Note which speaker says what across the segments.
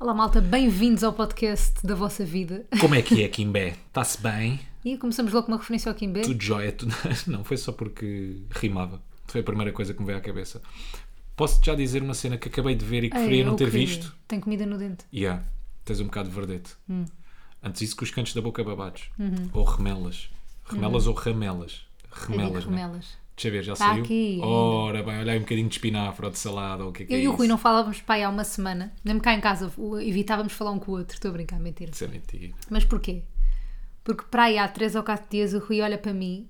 Speaker 1: Olá malta, bem-vindos ao podcast da vossa vida.
Speaker 2: Como é que é, Kimbé? Está-se bem?
Speaker 1: E começamos logo com uma referência ao Kimber.
Speaker 2: Tudo jóia? Tudo... Não, foi só porque rimava. Foi a primeira coisa que me veio à cabeça. Posso já dizer uma cena que acabei de ver
Speaker 1: É,
Speaker 2: e que preferia não ter visto?
Speaker 1: Tem comida no dente.
Speaker 2: Yeah, tens um bocado de verdete.
Speaker 1: Hum.
Speaker 2: Antes isso com os cantos da boca babados.
Speaker 1: Uhum.
Speaker 2: Ou remelas. Remelas ou ramelas?
Speaker 1: Eu digo
Speaker 2: Remelas,
Speaker 1: Uhum.
Speaker 2: né?
Speaker 1: remelas.
Speaker 2: Deixa eu ver, já
Speaker 1: Tá
Speaker 2: saiu?
Speaker 1: aqui.
Speaker 2: Ora bem, olha aí um bocadinho de espinafre ou de salada ou o que é que
Speaker 1: Eu
Speaker 2: é
Speaker 1: e o
Speaker 2: isso.
Speaker 1: Rui não falávamos pai há uma semana, mesmo cá em casa o- evitávamos falar um com o outro, estou a brincar, mentira.
Speaker 2: Isso é mentira.
Speaker 1: Mas porquê? Porque para aí há 3 ou 4 dias o Rui olha para mim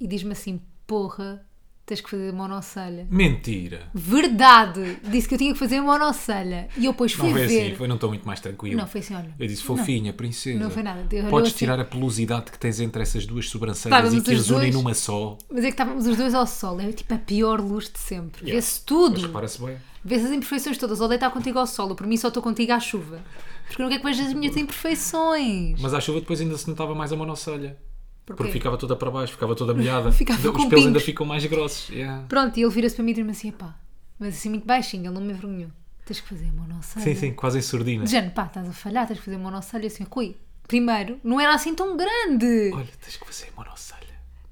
Speaker 1: e diz-me assim: Porra, tens que fazer monocelha.
Speaker 2: Mentira!
Speaker 1: Verdade! Disse que eu tinha que fazer monocelha. E eu depois fui
Speaker 2: Não foi
Speaker 1: ver.
Speaker 2: assim, foi, não estou muito mais tranquilo.
Speaker 1: Não, foi assim: olha.
Speaker 2: Eu disse, fofinha, princesa.
Speaker 1: Não foi nada. Eu- eu
Speaker 2: Podes
Speaker 1: assim-
Speaker 2: tirar a pelosidade que tens entre essas duas sobrancelhas
Speaker 1: Estávamos
Speaker 2: e que
Speaker 1: os
Speaker 2: as unem
Speaker 1: dois-
Speaker 2: numa só.
Speaker 1: Mas é que estávamos os dois ao sol, é tipo a pior luz de sempre.
Speaker 2: Yeah.
Speaker 1: Vê-se tudo,
Speaker 2: Mas repara-se bem.
Speaker 1: vê-se as imperfeições todas. Odeio estar contigo ao sol, eu por mim só estou contigo à chuva. Porque eu não quero que vejas as minhas imperfeições.
Speaker 2: Mas à chuva depois ainda se notava mais a monocelha.
Speaker 1: Porquê?
Speaker 2: Porque ficava toda para baixo, ficava toda molhada.
Speaker 1: Ficava
Speaker 2: Os
Speaker 1: com
Speaker 2: pelos ainda
Speaker 1: pingos.
Speaker 2: ficam mais grossos. yeah.
Speaker 1: Pronto, e ele vira-se para mim e diz-me assim: pá, mas assim muito baixinho, ele não me envergonhou. Tens que fazer monocelha.
Speaker 2: Sim, sim, quase em surdina.
Speaker 1: De género, pá, estás a falhar, tens que fazer monocelha. Eu assim, Rui, primeiro, não era assim tão grande.
Speaker 2: Olha, tens que fazer monocelha.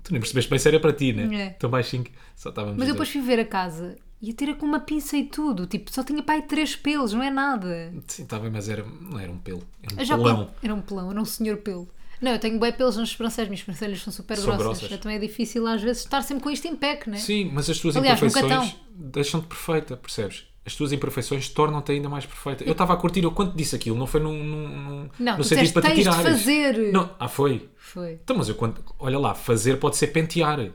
Speaker 2: Tu nem percebeste bem se era para ti, né?
Speaker 1: É.
Speaker 2: Tão baixinho que só estávamos.
Speaker 1: mas
Speaker 2: a
Speaker 1: eu
Speaker 2: dizer.
Speaker 1: depois fui ver a casa e atira com uma pinça e tudo. Tipo, só tinha pai três pelos, não é nada.
Speaker 2: Sim, estava, mas era, não era um pelo. Era
Speaker 1: Eu
Speaker 2: um
Speaker 1: já
Speaker 2: pelão.
Speaker 1: Era um pelão, era um senhor pelo. Não, eu tenho bem pelos nas sobrancelhas, minhas sobrancelhas são super
Speaker 2: São
Speaker 1: grossas.
Speaker 2: grossas.
Speaker 1: Então é difícil às vezes estar sempre com isto em pé, né?
Speaker 2: Sim, mas as tuas
Speaker 1: Aliás, nunca
Speaker 2: imperfeições deixam-te perfeita, percebes? As tuas imperfeições tornam-te ainda mais perfeita. Eu estava a curtir, eu quando disse aquilo, não foi num. num, num
Speaker 1: Não,
Speaker 2: no
Speaker 1: tu
Speaker 2: sentido
Speaker 1: disseste,
Speaker 2: para te
Speaker 1: "Tens de
Speaker 2: tirares.
Speaker 1: fazer."
Speaker 2: Não, ah, foi.
Speaker 1: Foi.
Speaker 2: Então, mas eu quando. Olha lá, fazer pode ser pentear.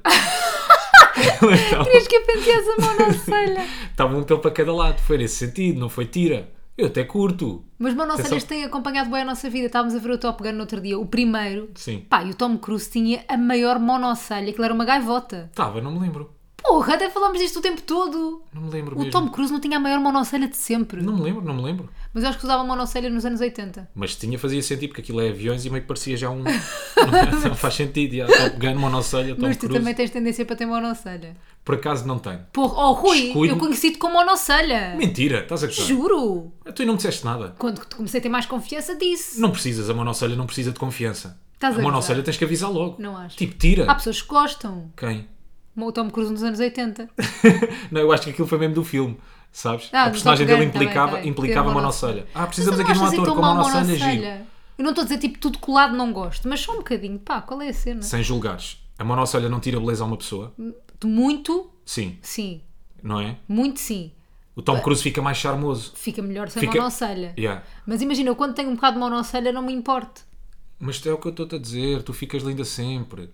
Speaker 1: Querias que eu penteasse a monocelha.
Speaker 2: Estava um pelo para cada lado, foi nesse sentido, não foi tira. Eu até curto.
Speaker 1: Mas monocelhas
Speaker 2: Atenção.
Speaker 1: têm acompanhado bem a nossa vida. Estávamos a ver o Top Gun no outro dia, o primeiro.
Speaker 2: Sim.
Speaker 1: Pá, e o Tom Cruise tinha a maior monocelha, aquilo era uma gaivota.
Speaker 2: Estava, não me lembro.
Speaker 1: Porra, até falámos disto o tempo todo.
Speaker 2: Não me lembro
Speaker 1: O
Speaker 2: mesmo.
Speaker 1: Tom Cruise não tinha a maior monocelha de sempre.
Speaker 2: Não me lembro, não me lembro.
Speaker 1: Mas eu acho que usava monocelha nos anos 80.
Speaker 2: Mas tinha, fazia sentido, porque aquilo é aviões e meio que parecia já um. não, faz sentido. Já, Top Gun, monocelha, Tom
Speaker 1: Mas tu
Speaker 2: Cruise.
Speaker 1: também tens tendência para ter monocelha.
Speaker 2: Por acaso não tenho.
Speaker 1: Porra, oh Rui,
Speaker 2: Descuido.
Speaker 1: eu conheci-te como monocelha.
Speaker 2: Mentira, estás a gostar?
Speaker 1: Juro!
Speaker 2: Tu não me disseste nada.
Speaker 1: Quando te comecei a ter mais confiança, disse.
Speaker 2: Não precisas, a monocelha não precisa de confiança.
Speaker 1: Estás a
Speaker 2: a monocelha
Speaker 1: gozar.
Speaker 2: tens que avisar logo.
Speaker 1: Não acho.
Speaker 2: Tipo, tira.
Speaker 1: Há pessoas que gostam.
Speaker 2: Quem?
Speaker 1: Como O Tom Cruise nos anos 80.
Speaker 2: não, eu acho que aquilo foi mesmo do filme, sabes?
Speaker 1: Ah,
Speaker 2: a
Speaker 1: do
Speaker 2: personagem
Speaker 1: Top
Speaker 2: dele
Speaker 1: Gun, tá bem,
Speaker 2: implicava,
Speaker 1: tá bem.
Speaker 2: implicava
Speaker 1: Ter
Speaker 2: monocelha. Ah, precisamos
Speaker 1: Mas eu
Speaker 2: aqui de
Speaker 1: não acho
Speaker 2: um ator
Speaker 1: assim tão
Speaker 2: com
Speaker 1: mal
Speaker 2: monocelha giro.
Speaker 1: monocelha. Eu não estou a dizer tipo tudo colado não gosto, mas só um bocadinho. Pá, qual é a cena?
Speaker 2: Sem julgares. A monocelha não tira beleza a uma pessoa?
Speaker 1: De muito,
Speaker 2: Sim,
Speaker 1: sim.
Speaker 2: não é?
Speaker 1: Muito sim.
Speaker 2: O Tom Cruise fica mais charmoso.
Speaker 1: Fica melhor sem
Speaker 2: Fica-
Speaker 1: monocelha.
Speaker 2: Yeah.
Speaker 1: Mas imagina, eu quando tenho um bocado de monocelha não me importo.
Speaker 2: Mas é o que eu estou-te a dizer, tu ficas linda sempre.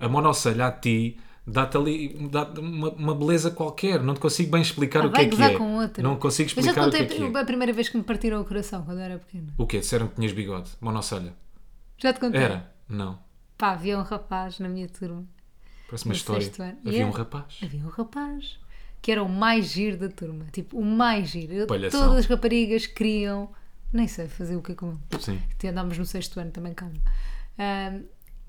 Speaker 2: A monocelha a ti dá-te ali dá uma, uma beleza qualquer. Não te consigo bem explicar
Speaker 1: Ah,
Speaker 2: o que é
Speaker 1: vai
Speaker 2: que
Speaker 1: gozar
Speaker 2: é.
Speaker 1: com outra.
Speaker 2: Não consigo
Speaker 1: Mas já te
Speaker 2: explicar o que
Speaker 1: contei
Speaker 2: é que é.
Speaker 1: a primeira vez que me partiram o coração quando eu era pequena.
Speaker 2: O quê? Disseram que tinhas bigode? Monocelha?
Speaker 1: Já te contei.
Speaker 2: Era? Não.
Speaker 1: Pá, havia um rapaz na minha turma.
Speaker 2: Parece uma
Speaker 1: No
Speaker 2: história.
Speaker 1: sexto ano.
Speaker 2: Havia
Speaker 1: Yeah.
Speaker 2: um rapaz.
Speaker 1: Havia um rapaz que era o mais giro da turma. Tipo, o mais giro. Eu-
Speaker 2: Palhação.
Speaker 1: Todas as raparigas queriam. Nem sei fazer o que é com ele.
Speaker 2: Sim.
Speaker 1: Até andámos no sexto ano também, calma. Ahm,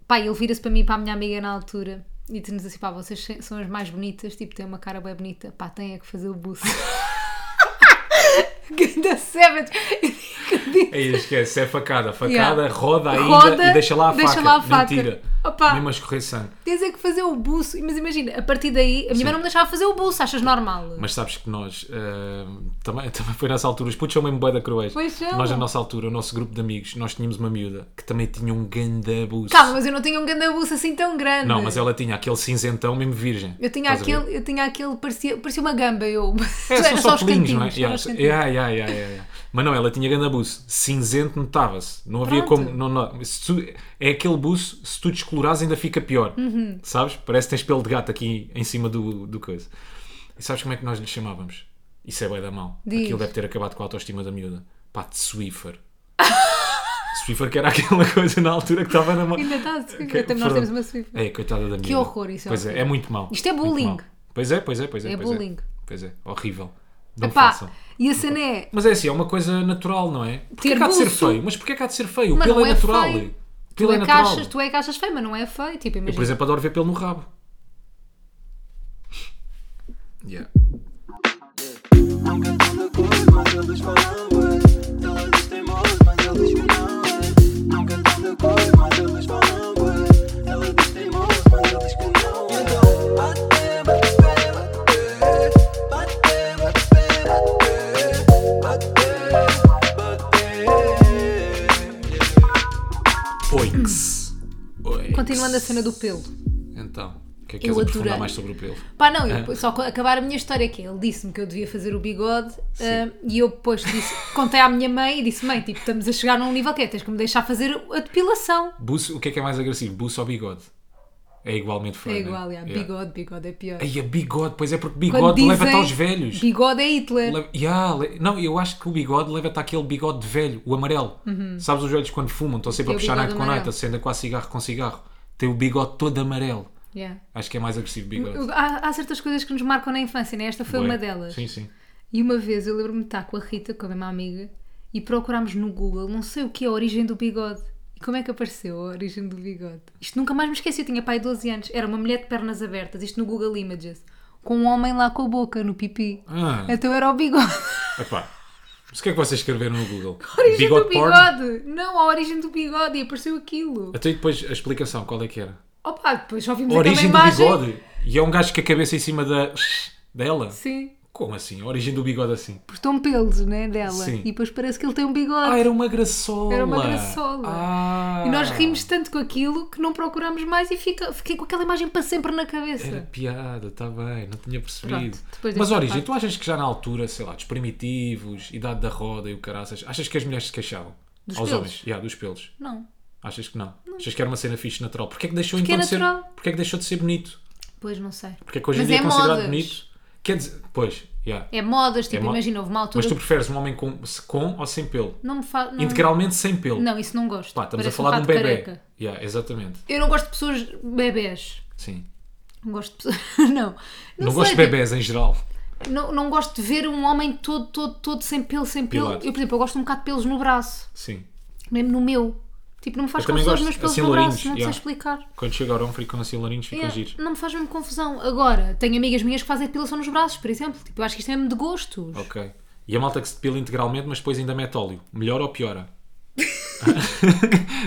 Speaker 1: pá, ele vira-se para mim e para a minha amiga na altura e diz-nos assim: pá, vocês se- são as mais bonitas, tipo, têm uma cara bem bonita. Pá, têm é que fazer o buço. Ganda savage! Eu nem acredito.
Speaker 2: Aí esquece, é facada. Facada,
Speaker 1: Yeah.
Speaker 2: roda ainda
Speaker 1: Roda,
Speaker 2: e deixa lá a
Speaker 1: deixa
Speaker 2: faca.
Speaker 1: lá a faca.
Speaker 2: Mentira.
Speaker 1: Opa.
Speaker 2: Mesmo a escorrer sangue.
Speaker 1: Tens é que fazer o buço. Mas imagina, a partir daí, a minha mãe não me deixava fazer o buço, achas normal?
Speaker 2: Mas sabes que nós ahm, também, também foi nessa altura, os putos são mesmo bué da cruéis.
Speaker 1: Pois são.
Speaker 2: Nós, na nossa altura, o nosso grupo de amigos, nós tínhamos uma miúda que também tinha um grande abuso.
Speaker 1: Calma, mas eu não tinha um gandabuço assim tão grande.
Speaker 2: Não, mas ela tinha aquele cinzentão mesmo virgem.
Speaker 1: Eu tinha
Speaker 2: Estás a ver?
Speaker 1: aquele, eu tinha aquele, parecia, parecia uma gamba, eu.
Speaker 2: É,
Speaker 1: Era
Speaker 2: são só,
Speaker 1: os
Speaker 2: pelinhos, não é?
Speaker 1: cantinhos, só
Speaker 2: Yeah,
Speaker 1: os cantinhos.
Speaker 2: yeah, yeah, yeah, yeah, yeah. Mas não, ela tinha grande buço. Cinzento notava-se. Não havia
Speaker 1: Pronto.
Speaker 2: como. Não, não, se tu- é aquele buço, se tu descolorares ainda fica pior.
Speaker 1: Uhum.
Speaker 2: Sabes? Parece que tens pelo de gato aqui em cima do, do coisa. E sabes como é que nós lhe chamávamos? Isso é bem da mão.
Speaker 1: Diz.
Speaker 2: Aquilo deve ter acabado com a autoestima da miúda. Pá, de Swiffer. Swiffer que era aquela coisa na altura que estava na mão.
Speaker 1: Ainda está a Swiffer,
Speaker 2: Que-
Speaker 1: também nós
Speaker 2: pronto.
Speaker 1: temos uma Swiffer.
Speaker 2: É, coitada da miúda.
Speaker 1: horror isso é
Speaker 2: Pois é,
Speaker 1: horrível.
Speaker 2: é muito mau.
Speaker 1: Isto é
Speaker 2: Muito
Speaker 1: bullying.
Speaker 2: mau. Pois é, pois é, pois é.
Speaker 1: É
Speaker 2: pois
Speaker 1: bullying.
Speaker 2: Pois é, horrível. Não
Speaker 1: Epá,
Speaker 2: façam.
Speaker 1: e a cena é.
Speaker 2: Mas é assim, é uma coisa natural, não é? Porquê
Speaker 1: Ter
Speaker 2: que há de ser
Speaker 1: buço.
Speaker 2: feio? Mas porquê que há de ser feio? O
Speaker 1: Mas
Speaker 2: pelo
Speaker 1: não
Speaker 2: é
Speaker 1: é
Speaker 2: natural.
Speaker 1: feio.
Speaker 2: O
Speaker 1: Tu
Speaker 2: pelo é
Speaker 1: é, que
Speaker 2: natural.
Speaker 1: achas, tu é que achas feio, mas não é feio. Tipo,
Speaker 2: Eu,
Speaker 1: imagina.
Speaker 2: por exemplo, adoro ver pelo no rabo. Yeah.
Speaker 3: Nunca tive cor, mas eles falam, ué.
Speaker 2: é
Speaker 1: continuando a cena do pelo.
Speaker 2: Então, o que é que
Speaker 1: Eu
Speaker 2: queres aprofundar
Speaker 1: adorei.
Speaker 2: mais sobre o pelo?
Speaker 1: Pá, não,
Speaker 2: É.
Speaker 1: eu, só co- acabar a minha história que é, ele disse-me que eu devia fazer o bigode ah, e eu depois disse, contei à minha mãe e disse: Mãe, tipo, estamos a chegar num nível que é, tens que me deixar fazer a depilação.
Speaker 2: Buço, o que é que é mais agressivo? Buço ou bigode? É igualmente feio.
Speaker 1: É
Speaker 2: né?
Speaker 1: igual, é, bigode, bigode é pior.
Speaker 2: Aí a bigode, pois é porque
Speaker 1: Quando
Speaker 2: bigode leva-te aos velhos.
Speaker 1: Bigode é Hitler.
Speaker 2: Le- Yeah, le- Não, eu acho que o bigode leva-te àquele bigode de velho, o amarelo. Sabes os velhos quando fumam, estão sempre
Speaker 1: Tem Uhum.
Speaker 2: a
Speaker 1: o
Speaker 2: puxar
Speaker 1: bigode
Speaker 2: night com night,
Speaker 1: amarelo.
Speaker 2: acendem quase cigarro com cigarro. Tem o bigode todo amarelo.
Speaker 1: Yeah.
Speaker 2: Acho que é mais agressivo o bigode.
Speaker 1: Eu- Há, há certas coisas que nos marcam na infância, né? Esta foi
Speaker 2: Bué.
Speaker 1: uma delas.
Speaker 2: Sim, sim.
Speaker 1: E uma vez eu lembro-me de estar com a Rita, com a minha amiga, e procurámos no Google não sei o que é a origem do bigode. E como é que apareceu a origem do bigode? Isto nunca mais me esqueci, eu tinha pai de 12 anos. Era uma mulher de pernas abertas, isto no Google Images, com um homem lá com a boca no pipi.
Speaker 2: Ah,
Speaker 1: Então era o bigode.
Speaker 2: epá. Mas o que é que vocês escreveram no Google?
Speaker 1: A origem do
Speaker 2: porn?
Speaker 1: bigode! Não, a origem do bigode, e apareceu aquilo.
Speaker 2: Até Então, depois a explicação, qual é que era?
Speaker 1: Opa, depois já vimos aquela
Speaker 2: Origem do
Speaker 1: é imagem.
Speaker 2: bigode. E é um gajo com a cabeça em cima da dela?
Speaker 1: Sim,
Speaker 2: Como assim? A origem do bigode assim?
Speaker 1: porque estão pelos, né, dela.
Speaker 2: Sim.
Speaker 1: E depois parece que ele tem um bigode.
Speaker 2: Ah, era uma graçola.
Speaker 1: Era uma graçola.
Speaker 2: Ah.
Speaker 1: E nós rimos tanto com aquilo que não procurámos mais e fica, fiquei com aquela imagem para sempre na cabeça.
Speaker 2: Era piada, está bem, não tinha percebido.
Speaker 1: Pronto, depois
Speaker 2: Mas
Speaker 1: desta
Speaker 2: origem,
Speaker 1: parte.
Speaker 2: tu achas que já na altura, sei lá, dos primitivos, idade da roda e o caraças, achas que as mulheres se queixavam?
Speaker 1: Dos
Speaker 2: aos
Speaker 1: pelos?
Speaker 2: homens? Yeah, dos pelos.
Speaker 1: Não.
Speaker 2: Achas que não? Achas que era uma cena fixe natural? Porquê é que deixou
Speaker 1: Porque é
Speaker 2: então de ser.
Speaker 1: natural.
Speaker 2: Porquê é que deixou de ser bonito?
Speaker 1: Pois não sei.
Speaker 2: Porque é que hoje em
Speaker 1: Mas
Speaker 2: dia é,
Speaker 1: é
Speaker 2: considerado
Speaker 1: modas.
Speaker 2: bonito. Quer dizer, pois, yeah.
Speaker 1: É modas, tipo,
Speaker 2: mo-
Speaker 1: imagina, houve uma altura.
Speaker 2: Mas tu preferes um homem com, com ou sem pelo?
Speaker 1: Não me fa... não...
Speaker 2: Integralmente sem pelo.
Speaker 1: Não, isso não gosto.
Speaker 2: Pá, estamos
Speaker 1: Parece
Speaker 2: a falar de um
Speaker 1: rato
Speaker 2: bebê.
Speaker 1: careca.
Speaker 2: Yeah, exatamente.
Speaker 1: Eu não gosto de pessoas bebés.
Speaker 2: Sim.
Speaker 1: Não gosto de pessoas. não.
Speaker 2: Não, gosto de
Speaker 1: sei,
Speaker 2: bebés em geral.
Speaker 1: tipo, Não, não gosto de ver um homem todo, todo, todo sem pelo, sem pelo.
Speaker 2: Depilado.
Speaker 1: Eu, por exemplo, eu gosto de um bocado de pelos no braço.
Speaker 2: Sim.
Speaker 1: Mesmo no meu. Tipo, não me faz
Speaker 2: Eu também
Speaker 1: confusão os meus
Speaker 2: gosto,
Speaker 1: pelos
Speaker 2: assim,
Speaker 1: no
Speaker 2: lourinhos,
Speaker 1: braço. Não te
Speaker 2: yeah.
Speaker 1: sei explicar.
Speaker 2: Quando chega ao ombro e com assim larinhos fica
Speaker 1: É,
Speaker 2: giro.
Speaker 1: não me faz mesmo confusão. Agora, tenho amigas minhas que fazem depilação nos braços, por exemplo. Tipo, eu acho que isto é mesmo de gostos.
Speaker 2: Ok. E a malta que se depila integralmente, mas depois ainda mete óleo. Melhor ou piora?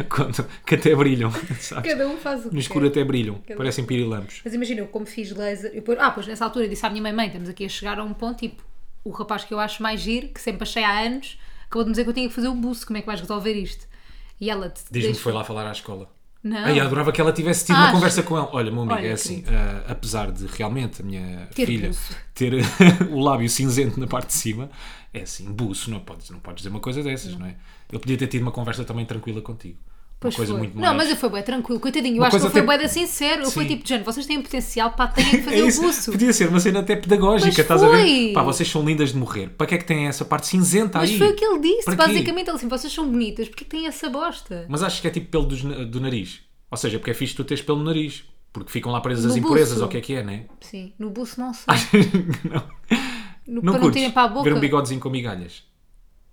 Speaker 2: Quando- que até brilham, sabes?
Speaker 1: Cada um faz o que
Speaker 2: No escuro é até brilham. Parecem pirilampos.
Speaker 1: Mas imagina, eu como fiz laser. eu depois- ah, pois nessa altura eu disse à minha mãe: mãe, estamos aqui a chegar a um ponto, tipo, o rapaz que eu acho mais giro, que sempre achei há anos, acabou de me dizer que eu tinha que fazer o buço, como é que vais resolver isto? E ela te
Speaker 2: Diz-me que foi lá falar à escola.
Speaker 1: Não.
Speaker 2: Ai, adorava que ela tivesse tido uma
Speaker 1: Acho.
Speaker 2: conversa com ele. Olha, meu amigo,
Speaker 1: Olha,
Speaker 2: é assim, ah, apesar de realmente a minha
Speaker 1: Ter
Speaker 2: filha
Speaker 1: buço.
Speaker 2: ter o lábio cinzento na parte de cima, é assim, buço, não podes, não podes dizer uma coisa dessas, não, é? Eu podia ter tido uma conversa também tranquila contigo.
Speaker 1: Pois
Speaker 2: uma coisa
Speaker 1: foi.
Speaker 2: muito
Speaker 1: não,
Speaker 2: mais-
Speaker 1: mas eu fui bem tranquilo, coitadinho. Eu
Speaker 2: Uma
Speaker 1: acho que
Speaker 2: coisa
Speaker 1: eu fui
Speaker 2: até-
Speaker 1: bué da sincero. Eu fui
Speaker 2: Sim.
Speaker 1: tipo, Jane, vocês têm potencial, pá, têm que fazer
Speaker 2: É
Speaker 1: o
Speaker 2: isso.
Speaker 1: buço.
Speaker 2: Podia ser uma cena até pedagógica,
Speaker 1: Mas
Speaker 2: estás a ver?
Speaker 1: foi.
Speaker 2: Pá, vocês são lindas de morrer. Para que é que têm essa parte cinzenta
Speaker 1: Mas
Speaker 2: aí?
Speaker 1: foi o que ele disse,
Speaker 2: Para quê?
Speaker 1: basicamente. Ele disse: vocês são bonitas, porque têm essa bosta?
Speaker 2: Mas acho que é tipo pelo dos na- do nariz. Ou seja, porque é fixe tu teres pelo no nariz. Porque ficam lá presas
Speaker 1: No
Speaker 2: as impurezas,
Speaker 1: buço.
Speaker 2: ou o que é que é, né?
Speaker 1: Sim, no buço não sei. No- para
Speaker 2: Não
Speaker 1: não
Speaker 2: curtes
Speaker 1: terem para a boca.
Speaker 2: ver um bigodezinho com migalhas?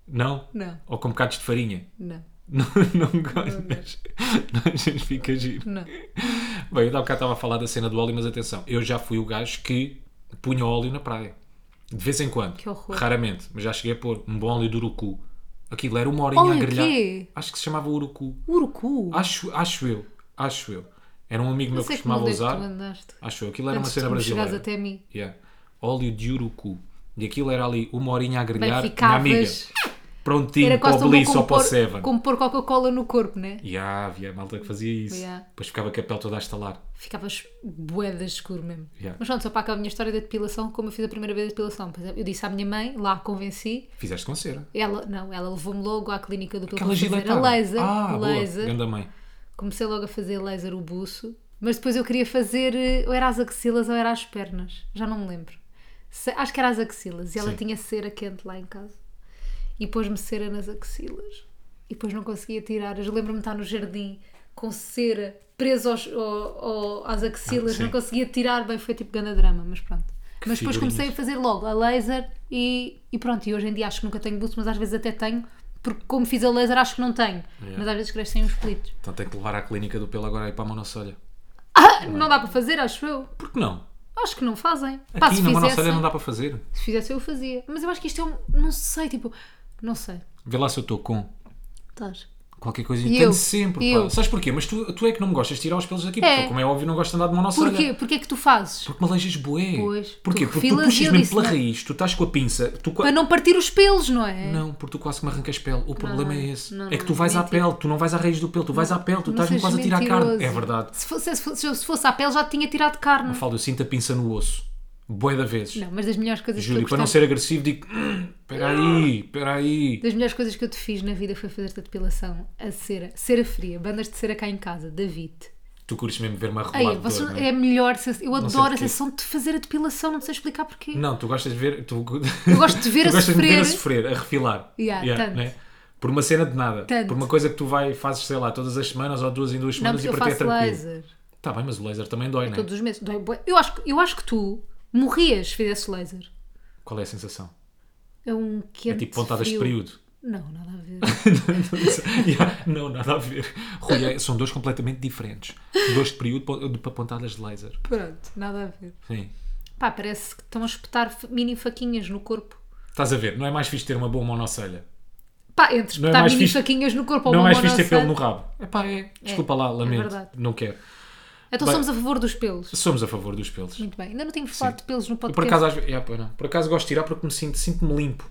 Speaker 2: Não?
Speaker 1: Não,
Speaker 2: Ou com bocados de farinha?
Speaker 1: não,
Speaker 2: Não, não gostas? Não achas que fica giro?
Speaker 1: não.
Speaker 2: Bem, eu há bocado estava a falar da cena do óleo, mas atenção, eu já fui o gajo que punha óleo na praia. De vez em quando.
Speaker 1: Que horror.
Speaker 2: Raramente, mas já cheguei a pôr um bom óleo de urucu. Aquilo era uma horinha
Speaker 1: Óleo
Speaker 2: a grelhar.
Speaker 1: quê?
Speaker 2: Acho que se chamava urucu.
Speaker 1: Urucu.
Speaker 2: Acho, acho eu. Acho Ah, eu. Era um amigo meu
Speaker 1: não
Speaker 2: que
Speaker 1: sei como
Speaker 2: costumava
Speaker 1: é que tu
Speaker 2: usar.
Speaker 1: andaste.
Speaker 2: Acho eu. Aquilo era uma
Speaker 1: Antes de
Speaker 2: cena
Speaker 1: tu me
Speaker 2: brasileira.
Speaker 1: chegares até mim.
Speaker 2: Yeah. Óleo de urucu. E aquilo era ali uma horinha a grelhar.
Speaker 1: Bem,
Speaker 2: Minha amiga.
Speaker 1: ficavas-
Speaker 2: Prontinho para o
Speaker 1: tão bom
Speaker 2: Bliss ou
Speaker 1: como
Speaker 2: para o
Speaker 1: pôr-
Speaker 2: Seven.
Speaker 1: como pôr Coca-Cola no corpo, né?
Speaker 2: E havia malta que fazia isso.
Speaker 1: Yeah.
Speaker 2: Depois ficava com a pele toda a estalar.
Speaker 1: Ficavas bué de escuro mesmo.
Speaker 2: Yeah.
Speaker 1: Mas pronto, só para acabar a minha história da depilação, como eu fiz a primeira vez a depilação. Por exemplo, Eu disse à minha mãe, lá a convenci,
Speaker 2: Fizeste com cera.
Speaker 1: ela, não, ela levou-me logo à clínica do pelo
Speaker 2: Aquela
Speaker 1: para fazer
Speaker 2: giletada.
Speaker 1: a laser,
Speaker 2: Ah,
Speaker 1: laser.
Speaker 2: boa. Ganda mãe.
Speaker 1: Comecei logo a fazer laser o buço, mas depois eu queria fazer, eh, ou era as axilas ou era as pernas, já não me lembro. Se- acho que era as axilas, e ela
Speaker 2: Sim.
Speaker 1: tinha cera quente lá em casa. E pôs-me cera nas axilas. E depois não conseguia tirar. Eu lembro-me de estar no jardim com cera presa aos- ao- ao- às
Speaker 2: Ah,
Speaker 1: axilas,
Speaker 2: sim.
Speaker 1: não conseguia tirar. Bem, foi tipo ganda drama, mas pronto. mas depois
Speaker 2: figurinhas.
Speaker 1: comecei a fazer logo a laser e, e pronto. E hoje em dia acho que nunca tenho buço, mas às vezes até tenho, porque como fiz a laser acho que não tenho.
Speaker 2: Yeah.
Speaker 1: Mas às vezes crescem uns pelitos.
Speaker 2: Então tem que levar à clínica do pelo agora aí para a monossolha.
Speaker 1: Não dá para fazer, acho eu.
Speaker 2: Por que não?
Speaker 1: Acho que não fazem. Pá,
Speaker 2: Aqui
Speaker 1: se
Speaker 2: na monossolha não
Speaker 1: fizessem,
Speaker 2: dá para fazer.
Speaker 1: se fizesse eu fazia. Mas eu acho que isto é um. Não sei, tipo. Não sei.
Speaker 2: Vê lá se eu estou com.
Speaker 1: Estás.
Speaker 2: Qualquer coisa
Speaker 1: E
Speaker 2: tenho
Speaker 1: eu?
Speaker 2: sempre,
Speaker 1: E
Speaker 2: pá.
Speaker 1: eu?
Speaker 2: Sabes porquê? Mas tu, tu é que não me gostas de tirar os pelos daqui,
Speaker 1: É.
Speaker 2: porque como é óbvio não gosto de andar de monocelha.
Speaker 1: Porquê? Porquê é que tu fazes?
Speaker 2: Porque me aleijas bué.
Speaker 1: Pois.
Speaker 2: Porquê?
Speaker 1: Tu
Speaker 2: Porque tu
Speaker 1: refilas e
Speaker 2: puxas
Speaker 1: eu
Speaker 2: mesmo
Speaker 1: disse,
Speaker 2: pela
Speaker 1: não.
Speaker 2: raiz, tu estás com a pinça, tu qua-
Speaker 1: Para não partir os pelos, não é?
Speaker 2: Não, porque tu quase que me arrancas pele. O problema é esse.
Speaker 1: não,
Speaker 2: é que tu
Speaker 1: não,
Speaker 2: vais à
Speaker 1: mentira.
Speaker 2: pele, tu não vais à raiz do pelo, tu vais à pele, tu
Speaker 1: Não sejas
Speaker 2: estás-me quase a tirar a carne. É
Speaker 1: mentiroso.
Speaker 2: verdade.
Speaker 1: Se fosse, se fosse, se fosse à pele já te tinha tirado carne.
Speaker 2: Falo, eu sinto a pinça no osso. Bué da vezes.
Speaker 1: Não, mas das melhores coisas
Speaker 2: Júlio,
Speaker 1: que eu
Speaker 2: para não
Speaker 1: gostava-
Speaker 2: ser agressivo, digo: "Hum, espera aí, espera aí.
Speaker 1: Das melhores coisas que eu te fiz na vida foi fazer-te a depilação, a cera, cera fria, bandas de cera cá em casa, David.
Speaker 2: Tu curtes mesmo ver-me
Speaker 1: Ei,
Speaker 2: arrolado de
Speaker 1: você-
Speaker 2: dor, não
Speaker 1: é
Speaker 2: é?
Speaker 1: a melhor sensação. Eu
Speaker 2: sei
Speaker 1: adoro a
Speaker 2: porquê.
Speaker 1: sensação de fazer a depilação, não sei explicar porquê.
Speaker 2: Não, tu gostas de ver. Tu,
Speaker 1: é- Eu gosto de ver
Speaker 2: tu
Speaker 1: a
Speaker 2: gostas de me ver
Speaker 1: sofrer.
Speaker 2: a sofrer, a refilar.
Speaker 1: Yeah, tanto.
Speaker 2: né? Por uma cena de nada.
Speaker 1: Tanto.
Speaker 2: Por uma coisa que tu vai, fazes, sei lá, todas as semanas ou duas em duas
Speaker 1: Não,
Speaker 2: semanas
Speaker 1: porque
Speaker 2: e
Speaker 1: eu
Speaker 2: para ti é
Speaker 1: faço
Speaker 2: tranquilo.
Speaker 1: laser
Speaker 2: Tá bem, mas o laser também dói, não é?
Speaker 1: todos os meses. Dói bué. eu, acho, que- eu acho que tu morrias se fizesses laser.
Speaker 2: Qual é a sensação?
Speaker 1: É um quente
Speaker 2: É tipo pontadas de
Speaker 1: frio.
Speaker 2: período.
Speaker 1: Não, nada a ver.
Speaker 2: Yeah, não, nada a ver. Rui, é- são dois completamente diferentes. Dois de período po- de- para pontadas de laser.
Speaker 1: Pronto, nada a ver.
Speaker 2: Sim.
Speaker 1: Pá, parece que estão a espetar fa- mini faquinhas no corpo.
Speaker 2: Estás a ver, não é mais fixe ter uma boa monocelha.
Speaker 1: Pá, entre
Speaker 2: Não é
Speaker 1: espetar
Speaker 2: mais
Speaker 1: mini
Speaker 2: fixe-
Speaker 1: faquinhas no corpo ou
Speaker 2: não é
Speaker 1: uma
Speaker 2: mais fixe ter pelo no
Speaker 1: monocelha.
Speaker 2: rabo. É pá, é. Desculpa lá, lamento.
Speaker 1: verdade.
Speaker 2: não quero.
Speaker 1: Então
Speaker 2: Bem-
Speaker 1: somos a favor dos pelos.
Speaker 2: Somos a favor dos pelos.
Speaker 1: Muito bem. Ainda não tínhamos falado de pelos no
Speaker 2: Eu, por
Speaker 1: podcast.
Speaker 2: acaso, às ve- yeah, pá, não. por acaso gosto de tirar porque me sinto, sinto-me limpo.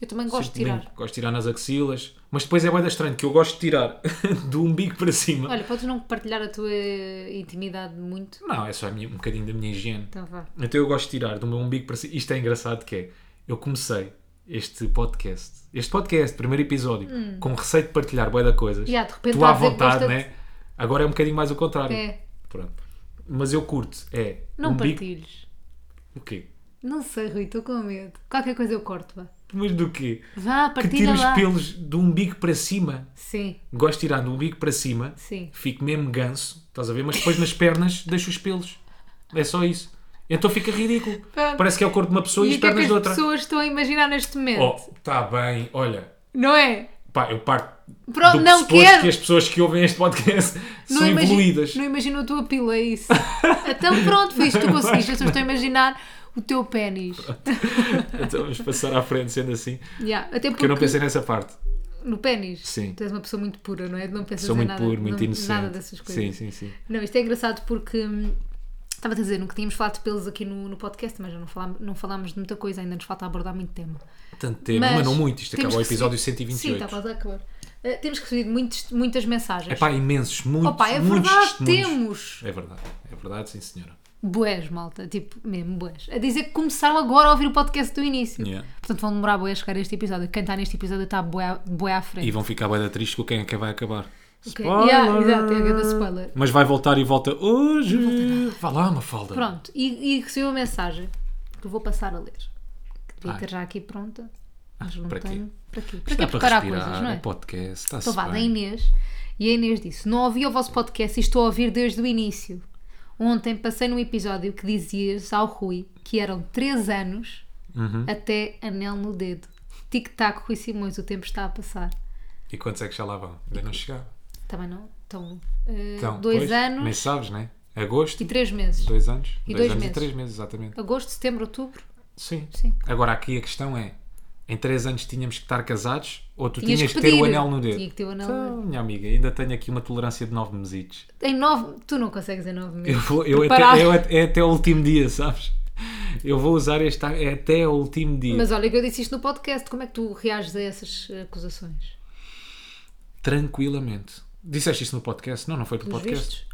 Speaker 1: Eu também gosto de
Speaker 2: Sinto-me
Speaker 1: tirar.
Speaker 2: limpo. Gosto de tirar nas axilas. Mas depois é bué da estranho que eu gosto de tirar do umbigo para cima.
Speaker 1: Olha, podes não partilhar a tua intimidade muito?
Speaker 2: Não, é só a minha- um bocadinho da minha higiene.
Speaker 1: Então vá.
Speaker 2: Então eu gosto de tirar do meu umbigo para cima. Isto é engraçado que é. Eu comecei este podcast, este podcast, primeiro episódio, com receio de partilhar bué da coisas.
Speaker 1: Ya, Hum. de repente
Speaker 2: tu à
Speaker 1: estás a dizer que
Speaker 2: vontade,
Speaker 1: gosta de-
Speaker 2: né? Agora é um bocadinho mais o contrário.
Speaker 1: É.
Speaker 2: Pronto. Mas eu curto. É.
Speaker 1: Não
Speaker 2: umbigo-
Speaker 1: partilhes.
Speaker 2: O quê?
Speaker 1: Não sei, Rui, estou com medo. Qualquer coisa eu corto, vá.
Speaker 2: Mas do quê?
Speaker 1: Vá,
Speaker 2: Que
Speaker 1: partilha
Speaker 2: tiro os
Speaker 1: lá.
Speaker 2: pelos do umbigo para cima.
Speaker 1: Sim,
Speaker 2: Gosto de tirar do umbigo para cima.
Speaker 1: Sim.
Speaker 2: Fico mesmo ganso. Estás a ver? Mas depois nas pernas deixo os pelos. É só isso. Então fica ridículo.
Speaker 1: Pronto.
Speaker 2: Parece que é o corpo de uma pessoa e,
Speaker 1: e
Speaker 2: as
Speaker 1: o que é que
Speaker 2: pernas
Speaker 1: as
Speaker 2: de outra.
Speaker 1: pessoas estão a imaginar neste momento?
Speaker 2: Oh, tá bem, olha,
Speaker 1: Não é?
Speaker 2: pá, eu parto
Speaker 1: Pronto,
Speaker 2: do
Speaker 1: não
Speaker 2: pressuposto
Speaker 1: quero.
Speaker 2: que as pessoas que ouvem este podcast são
Speaker 1: imagi-
Speaker 2: evoluídas.
Speaker 1: Não imagino a tua pila, é isso. então pronto, foi isto que tu conseguiste. As pessoas estão a imaginar o teu pênis.
Speaker 2: Então vamos passar à frente sendo assim, porque,
Speaker 1: Yeah, Até porque,
Speaker 2: eu não pensei nessa parte.
Speaker 1: no pênis.
Speaker 2: Sim.
Speaker 1: Tu és uma pessoa muito pura, não é? Não pensas
Speaker 2: Sou
Speaker 1: em
Speaker 2: muito
Speaker 1: nada,
Speaker 2: puro, muito
Speaker 1: não-
Speaker 2: inocente.
Speaker 1: Nada dessas coisas.
Speaker 2: Sim, sim, sim.
Speaker 1: Não, isto é engraçado porque hum, estava a dizer, nunca tínhamos falado de pelos aqui no, no podcast, mas já não falámos, não falámos de muita coisa, ainda nos falta abordar muito tema.
Speaker 2: Tanto tempo, mas, não muito, isto
Speaker 1: temos
Speaker 2: acaba o
Speaker 1: recebido-
Speaker 2: episódio
Speaker 1: Sim, tá está
Speaker 2: 128.
Speaker 1: quase a acabar. Eh, temos recebido muitos, muitas mensagens.
Speaker 2: é pá, imensos, muitos,
Speaker 1: Opa, é
Speaker 2: muitos
Speaker 1: verdade,
Speaker 2: testemunhos.
Speaker 1: temos!
Speaker 2: É verdade, é verdade, sim senhora.
Speaker 1: Boés, malta, tipo, mesmo boés. A dizer que começaram agora a ouvir o podcast do início.
Speaker 2: Yeah.
Speaker 1: Portanto, vão demorar boé a chegar a este episódio. Quem está neste episódio está boé, boé à frente.
Speaker 2: E vão ficar bem triste com quem é que vai acabar.
Speaker 1: Ok. Yeah, exato, é a grande spoiler.
Speaker 2: Mas vai voltar e volta hoje. Vá lá, Mafalda.
Speaker 1: Pronto, e, e recebeu a mensagem que eu vou passar a ler. Que devia
Speaker 2: Ai. Ah,
Speaker 1: ter já aqui pronta, mas não
Speaker 2: para quê?
Speaker 1: tenho. Para quê? Para
Speaker 2: Está
Speaker 1: quê
Speaker 2: para
Speaker 1: preparar
Speaker 2: respirar,
Speaker 1: coisas, não
Speaker 2: o
Speaker 1: é?
Speaker 2: podcast, está-se
Speaker 1: Então vá, da
Speaker 2: bem.
Speaker 1: Inês. E a Inês disse: Não ouvi o vosso podcast e estou a ouvir desde o início. Ontem passei num episódio que dizias ao Rui que eram 3 anos
Speaker 2: Uhum.
Speaker 1: até anel no dedo. Tic-tac, Rui Simões, o tempo está a passar.
Speaker 2: E quantos é que já lá vão? Ainda não chegaram.
Speaker 1: Também não? Então, 2
Speaker 2: Então,
Speaker 1: Tipo, dois
Speaker 2: pois,
Speaker 1: anos
Speaker 2: Nem sabes, né?
Speaker 1: e
Speaker 2: Agosto,
Speaker 1: 3 meses.
Speaker 2: dois anos.
Speaker 1: E dois
Speaker 2: anos
Speaker 1: meses.
Speaker 2: e três meses, exatamente.
Speaker 1: Agosto, setembro, outubro.
Speaker 2: Sim.
Speaker 1: Sim.
Speaker 2: Agora aqui a questão é: em três anos tínhamos que estar casados ou tu
Speaker 1: Tinhas
Speaker 2: tinhas,
Speaker 1: que
Speaker 2: que ter o
Speaker 1: pedir.
Speaker 2: anel no dedo?
Speaker 1: Tinha que ter o anel no
Speaker 2: então, minha amiga, ainda tenho aqui uma tolerância de nove mesitos.
Speaker 1: Em nove. Tu não consegues em nove meses.
Speaker 2: Eu vou, eu
Speaker 1: Preparado.
Speaker 2: até, eu até- é até o último dia, sabes? Eu vou usar este é até o último dia.
Speaker 1: Mas olha que eu disse isto no podcast, como é que tu reages a essas acusações?
Speaker 2: Tranquilamente. Disseste isso no podcast? Não, não foi no
Speaker 1: Dos
Speaker 2: podcast.
Speaker 1: vistos?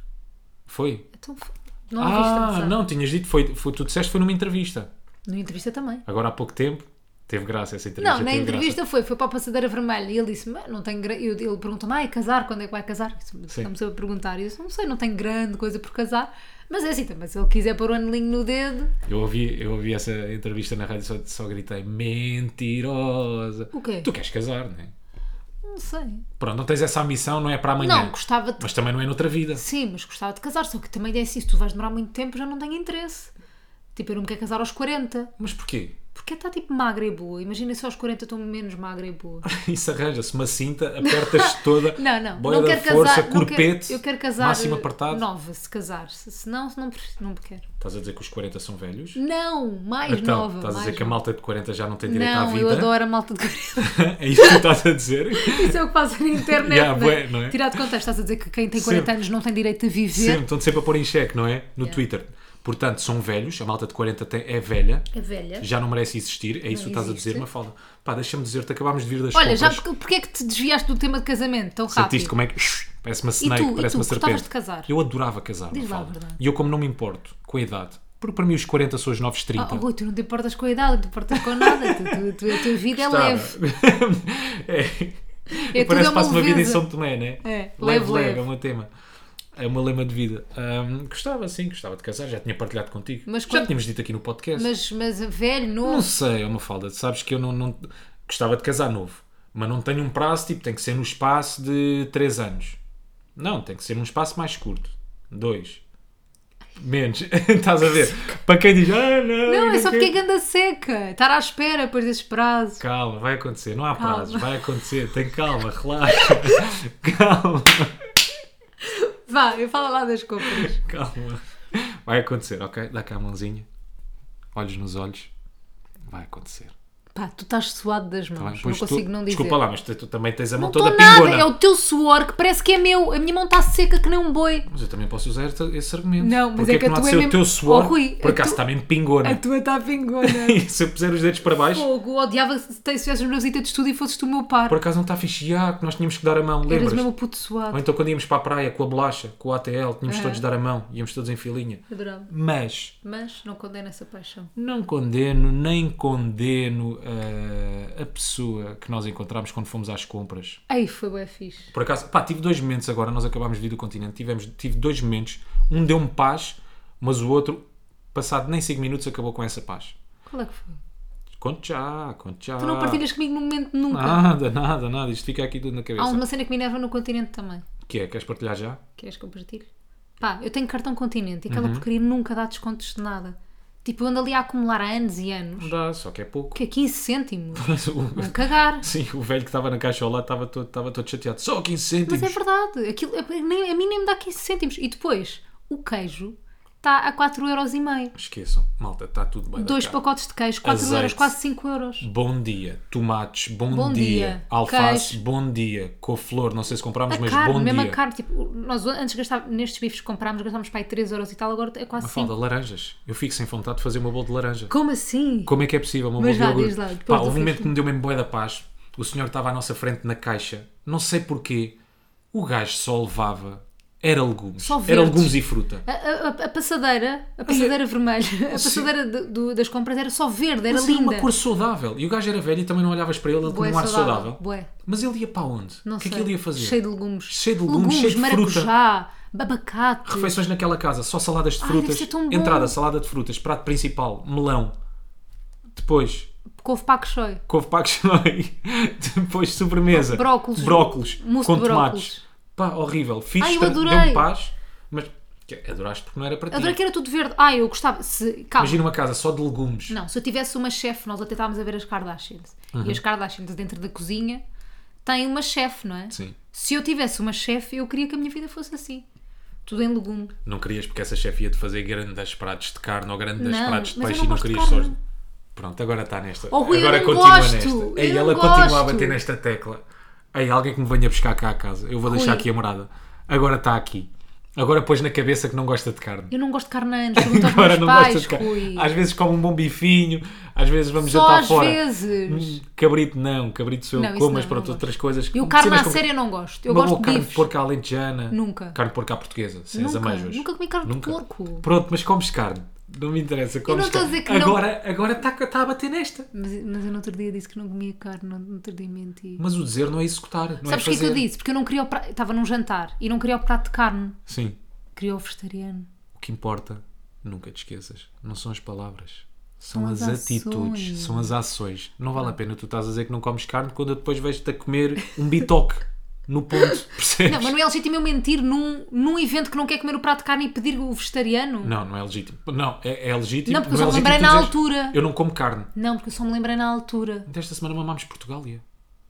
Speaker 2: Foi?
Speaker 1: Então, f- não ah, viste
Speaker 2: ah,
Speaker 1: dançar.
Speaker 2: não, tinhas dito, foi, foi, tu disseste foi numa entrevista.
Speaker 1: Na entrevista também.
Speaker 2: Agora há pouco tempo, teve graça essa entrevista.
Speaker 1: Não, na
Speaker 2: teve graça.
Speaker 1: entrevista foi, foi para a passadeira vermelha e ele disse, "Mas não tenho gra-" eu, ele perguntou-me, ah, é casar, quando é que vai casar? Isso- Estamos a perguntar, e eu disse, não sei, não tenho grande coisa por casar, mas é assim, também se ele quiser pôr o anelinho no dedo,
Speaker 2: Eu ouvi, eu ouvi essa entrevista na rádio e só, só gritei mentirosa.
Speaker 1: O quê?
Speaker 2: Tu queres casar, não é?
Speaker 1: não sei.
Speaker 2: Pronto, não tens essa ambição, não é para amanhã.
Speaker 1: Não, gostava de...
Speaker 2: Mas também não é noutra vida.
Speaker 1: Sim, mas gostava de casar, só que também é assim, se tu vais demorar muito tempo, já não tenho interesse. Tipo, eu não me quero casar aos 40.
Speaker 2: Mas porquê?
Speaker 1: Porque está tipo magra e boa. Imagina se aos 40 estou menos magra e boa.
Speaker 2: Isso arranja-se, uma cinta, apertas-te toda.
Speaker 1: Não, não.
Speaker 2: boia
Speaker 1: não
Speaker 2: da
Speaker 1: quero
Speaker 2: força,
Speaker 1: casar. não quero-
Speaker 2: corpete,
Speaker 1: eu quero casar.
Speaker 2: máximo
Speaker 1: eh,
Speaker 2: apertado.
Speaker 1: Nova, se casar. Se, se não, se não, pre- não me quero.
Speaker 2: Estás a dizer que os 40 são velhos?
Speaker 1: Não, mais
Speaker 2: então,
Speaker 1: nova.
Speaker 2: estás a
Speaker 1: mais
Speaker 2: dizer que a
Speaker 1: nova.
Speaker 2: malta de 40 já não tem direito à
Speaker 1: Não,
Speaker 2: vida?
Speaker 1: eu adoro a malta de 40.
Speaker 2: é isso que estás a dizer?
Speaker 1: Isso é o que passa na internet.
Speaker 2: Yeah,
Speaker 1: não é?
Speaker 2: bué, não é?
Speaker 1: Tirar de contexto, estás a dizer que quem tem 40
Speaker 2: Sempre.
Speaker 1: anos não tem direito a viver.
Speaker 2: Sempre, estão sempre a pôr em xeque, não é? No
Speaker 1: Yeah.
Speaker 2: Twitter. Portanto, são velhos, a malta de 40 tem- é velha,
Speaker 1: É velha.
Speaker 2: já não merece existir, é isso que
Speaker 1: Não
Speaker 2: estás a
Speaker 1: existe.
Speaker 2: dizer, Mafalda. Pá, deixa-me dizer-te, acabámos de vir das
Speaker 1: Olha,
Speaker 2: compras.
Speaker 1: já porque, porque é que te desviaste do tema de casamento tão rápido?
Speaker 2: Sentiste como é que... Parece uma snake,
Speaker 1: tu? E
Speaker 2: parece
Speaker 1: tu?
Speaker 2: uma
Speaker 1: Gostavas
Speaker 2: serpente.
Speaker 1: de casar?
Speaker 2: Eu adorava casar,
Speaker 1: Diz lá a
Speaker 2: Mafalda.
Speaker 1: verdade.
Speaker 2: E eu como não me importo com a idade, porque para mim os 40 são os novos 30.
Speaker 1: Ah, Rui, tu não te importas com a idade, não te importas com nada. Tu, tu- tu- a tua vida
Speaker 2: Gostava.
Speaker 1: é leve. É,
Speaker 2: é.
Speaker 1: tudo é
Speaker 2: Parece
Speaker 1: uma
Speaker 2: que passo uma vida em
Speaker 1: leveza.
Speaker 2: São Tomé, né?
Speaker 1: É, leve,
Speaker 2: Leve,
Speaker 1: leve.
Speaker 2: leve, é um tema. É uma lema de vida. Ahm, gostava, sim, gostava de casar, já tinha partilhado contigo.
Speaker 1: Mas
Speaker 2: já
Speaker 1: quando-
Speaker 2: tínhamos dito aqui no podcast.
Speaker 1: Mas, mas velho,
Speaker 2: Não
Speaker 1: novo.
Speaker 2: sei, é uma falda. Sabes que eu não, não- gostava de casar novo, mas não tenho um prazo, tipo, tem que ser no espaço de 3 anos. Não, tem que ser num espaço mais curto. 2. Menos. Estás a ver? Para quem diz, ah, não.
Speaker 1: Não,
Speaker 2: eu
Speaker 1: é só
Speaker 2: quero
Speaker 1: porque é ganda seca. Estar à espera depois desses prazos.
Speaker 2: Calma, vai acontecer, não há
Speaker 1: Calma.
Speaker 2: prazos, vai acontecer, tem calma, relaxa, calma,
Speaker 1: Vá, eu falo lá das compras.
Speaker 2: calma. Vai acontecer, ok? Dá cá a mãozinha, olhos nos olhos, vai acontecer.
Speaker 1: Pá, tu estás suado das
Speaker 2: Vai,
Speaker 1: mãos. não
Speaker 2: Tá pois tu-
Speaker 1: consigo não dizer.
Speaker 2: Desculpa lá, mas tu, tu também tens a mão
Speaker 1: Não estou
Speaker 2: toda
Speaker 1: nada,
Speaker 2: pingona.
Speaker 1: é o teu suor que parece que é meu. A minha mão está seca que nem um boi.
Speaker 2: Mas eu também posso usar esse- esse argumento.
Speaker 1: Não, mas
Speaker 2: Porque
Speaker 1: é
Speaker 2: é,
Speaker 1: que
Speaker 2: que,
Speaker 1: a
Speaker 2: não há de
Speaker 1: tua é
Speaker 2: ser
Speaker 1: mesmo-
Speaker 2: o teu suor,
Speaker 1: Oh, Rui,
Speaker 2: por
Speaker 1: a
Speaker 2: acaso
Speaker 1: tu-
Speaker 2: está mesmo
Speaker 1: A
Speaker 2: pingona.
Speaker 1: tua está pingona.
Speaker 2: E se eu puser os dedos para baixo,
Speaker 1: É. Fogo, odiava se te- se tivesses uma visita de estudo e fosses tu o meu par.
Speaker 2: por acaso não está fixe, ah, que nós tínhamos que dar a mão,
Speaker 1: Eras
Speaker 2: lembras?
Speaker 1: É mesmo o puto
Speaker 2: Ou
Speaker 1: suado.
Speaker 2: então quando íamos para a praia com a bolacha, com o ATL, tínhamos todos de dar a mão, íamos todos em filinha.
Speaker 1: Adorava.
Speaker 2: Mas...
Speaker 1: Mas não condena essa paixão.
Speaker 2: Não condeno, nem condeno uh, a pessoa que nós encontramos quando fomos às compras.
Speaker 1: Ei, foi bem fixe.
Speaker 2: Por acaso, pá, tive dois momentos agora, nós acabámos de vir do continente, tivemos, tive dois momentos, um deu-me paz, mas o outro, passado nem 5 minutos, acabou com essa paz.
Speaker 1: Qual é que foi?
Speaker 2: Conto já, conto já.
Speaker 1: Tu não partilhas comigo no momento nunca.
Speaker 2: Nada, nada, nada, isto fica aqui tudo na cabeça.
Speaker 1: Há um uma cena que me enerva no continente também.
Speaker 2: Que é, queres partilhar já?
Speaker 1: Queres que eu partilhe? Pá, eu tenho cartão continente e aquela porcaria nunca dá descontos de nada. Tipo, eu ando ali a acumular há anos e anos.
Speaker 2: Não dá, só que é pouco.
Speaker 1: Que é 15 cêntimos.
Speaker 2: Mas o-
Speaker 1: Vão cagar.
Speaker 2: sim, o velho que estava na caixa ao lado estava todo, estava todo chateado. Só 15 cêntimos.
Speaker 1: Mas é verdade, aquilo, a, nem- a mim nem me dá 15 cêntimos. E depois, o queijo está a 4,5€.
Speaker 2: Esqueçam, malta, está tudo bem. da
Speaker 1: Dois
Speaker 2: cara.
Speaker 1: pacotes de queijo, 4
Speaker 2: Azeite.
Speaker 1: euros, quase 5 euros.
Speaker 2: Bom dia, tomates, bom,
Speaker 1: Bom
Speaker 2: dia,
Speaker 1: dia,
Speaker 2: alface,
Speaker 1: queijo.
Speaker 2: bom dia, couve-flor, não sei se
Speaker 1: A
Speaker 2: comprámos, mas bom
Speaker 1: carne, É mesmo
Speaker 2: dia.
Speaker 1: a carne. Tipo, nós antes gastávamos, nestes bifes que comprámos, gastámos para aí 3 euros e tal, agora é quase 5.
Speaker 2: Falta laranjas. Eu fico sem vontade de fazer uma bola de laranja.
Speaker 1: Como assim?
Speaker 2: Como é que é possível uma bola
Speaker 1: Mas
Speaker 2: de
Speaker 1: vá,
Speaker 2: iogurte?
Speaker 1: diz lá, depois
Speaker 2: Pá,
Speaker 1: do
Speaker 2: houve um
Speaker 1: fim.
Speaker 2: momento que me deu mesmo boia da paz. O senhor estava à nossa frente na caixa, não sei porquê. O gajo só levava, era legumes,
Speaker 1: Só
Speaker 2: era
Speaker 1: verdes.
Speaker 2: legumes e fruta.
Speaker 1: A, a- a- a passadeira, a passadeira vermelha, a passadeira de- do- das compras era só verde, era
Speaker 2: Mas
Speaker 1: linda.
Speaker 2: uma cor saudável. E o gajo era velho e também não olhavas para ele, ele
Speaker 1: Bué
Speaker 2: tinha um ar saudável.
Speaker 1: bué.
Speaker 2: Mas ele ia para onde?
Speaker 1: Não
Speaker 2: o que
Speaker 1: sei.
Speaker 2: é que ele ia fazer?
Speaker 1: Cheio de legumes.
Speaker 2: Cheio de legumes, cheio de fruta.
Speaker 1: maracujá, abacate.
Speaker 2: Refeições naquela casa, só saladas de
Speaker 1: Ai,
Speaker 2: frutas.
Speaker 1: Ah, deve ser tão bom.
Speaker 2: Entrada, salada de frutas, prato principal, melão. Depois,
Speaker 1: couve pak choi.
Speaker 2: couve pak choi. Depois, sobremesa.
Speaker 1: Brócolos.
Speaker 2: Brócolis.
Speaker 1: Mousse
Speaker 2: com
Speaker 1: de
Speaker 2: tomates.
Speaker 1: brócolis.
Speaker 2: Pá, horrível. Fiz,
Speaker 1: Ai, eu adorei.
Speaker 2: deu-me paz. Mas que- adoraste porque não era para ti.
Speaker 1: Adorei que era tudo verde. Ai, eu gostava. Se, calma.
Speaker 2: Hum. Imagina uma casa só de legumes.
Speaker 1: Não, se eu tivesse uma chefe, nós até estávamos a ver as Kardashians. E as Kardashians dentro da cozinha têm uma chefe, não é?
Speaker 2: Sim.
Speaker 1: Se eu tivesse uma chefe, eu queria que a minha vida fosse assim. Tudo em legume.
Speaker 2: Não querias porque essa chefe ia-te fazer grandes pratos de carne ou grandes
Speaker 1: Não,
Speaker 2: pratos de
Speaker 1: mas eu
Speaker 2: peixe
Speaker 1: não
Speaker 2: e não
Speaker 1: gosto de
Speaker 2: querias só.
Speaker 1: carne.
Speaker 2: Pronto, agora está nesta.
Speaker 1: Oh, Rui, eu
Speaker 2: agora
Speaker 1: não
Speaker 2: continua
Speaker 1: gosto, eu
Speaker 2: nesta. Ei,
Speaker 1: não
Speaker 2: ela continua a
Speaker 1: gosto.
Speaker 2: bater nesta tecla. Ei, alguém que me venha buscar cá a casa. Eu vou deixar
Speaker 1: Rui.
Speaker 2: aqui a morada. Agora está aqui. Agora pôs na cabeça que não gosta de carne.
Speaker 1: Eu não gosto de carne há anos. Pergunto aos
Speaker 2: Agora
Speaker 1: meus
Speaker 2: não
Speaker 1: pais,
Speaker 2: gosta de
Speaker 1: Rui.
Speaker 2: carne. Às vezes come um bom bifinho, às vezes vamos
Speaker 1: Só
Speaker 2: jantar
Speaker 1: às
Speaker 2: fora.
Speaker 1: vezes.
Speaker 2: Hum, Cabrito não, cabrito sou
Speaker 1: Não,
Speaker 2: eu,
Speaker 1: isso
Speaker 2: como, mas
Speaker 1: não,
Speaker 2: pronto,
Speaker 1: não
Speaker 2: outras coisas.
Speaker 1: Eu carne à
Speaker 2: cenas com-
Speaker 1: séria não gosto. Eu
Speaker 2: uma
Speaker 1: gosto
Speaker 2: boa
Speaker 1: de
Speaker 2: carne de
Speaker 1: bifes.
Speaker 2: porco à alentejana.
Speaker 1: Nunca.
Speaker 2: Carne de porco à portuguesa, sem as
Speaker 1: Nunca.
Speaker 2: ameijas.
Speaker 1: Nunca comi carne de
Speaker 2: Nunca.
Speaker 1: porco.
Speaker 2: Pronto, mas comes carne. Não me interessa, comes
Speaker 1: não estou a
Speaker 2: carne.
Speaker 1: dizer que não.
Speaker 2: agora, Agora está está a bater nesta.
Speaker 1: Mas, mas eu no outro dia disse que não comia carne, no no outro dia menti.
Speaker 2: Mas o dizer não é executar, não
Speaker 1: Sabes o que
Speaker 2: é
Speaker 1: é que
Speaker 2: fazer.
Speaker 1: eu disse? Porque eu não queria o prato. Estava num jantar e não queria o prato de carne.
Speaker 2: Sim.
Speaker 1: Queria o vegetariano.
Speaker 2: O que importa, nunca te esqueças, não são as palavras. São,
Speaker 1: São
Speaker 2: as,
Speaker 1: as
Speaker 2: atitudes,
Speaker 1: ações. É.
Speaker 2: são as ações. Não vale a pena tu estás a dizer que não comes carne quando eu depois vejo-te a comer um bitoque. no ponto, percebes?
Speaker 1: Não, mas não é legítimo eu mentir num, num evento que não quer comer o prato de carne e pedir o vegetariano. Não,
Speaker 2: Não, não é legítimo. Não, é, é legítimo.
Speaker 1: Não, porque eu
Speaker 2: é
Speaker 1: só me
Speaker 2: legítimo
Speaker 1: lembrei
Speaker 2: tu
Speaker 1: na
Speaker 2: dizeres,
Speaker 1: altura.
Speaker 2: Eu não como carne.
Speaker 1: porque eu só me lembrei na altura.
Speaker 2: Desta semana mamámos Portugália.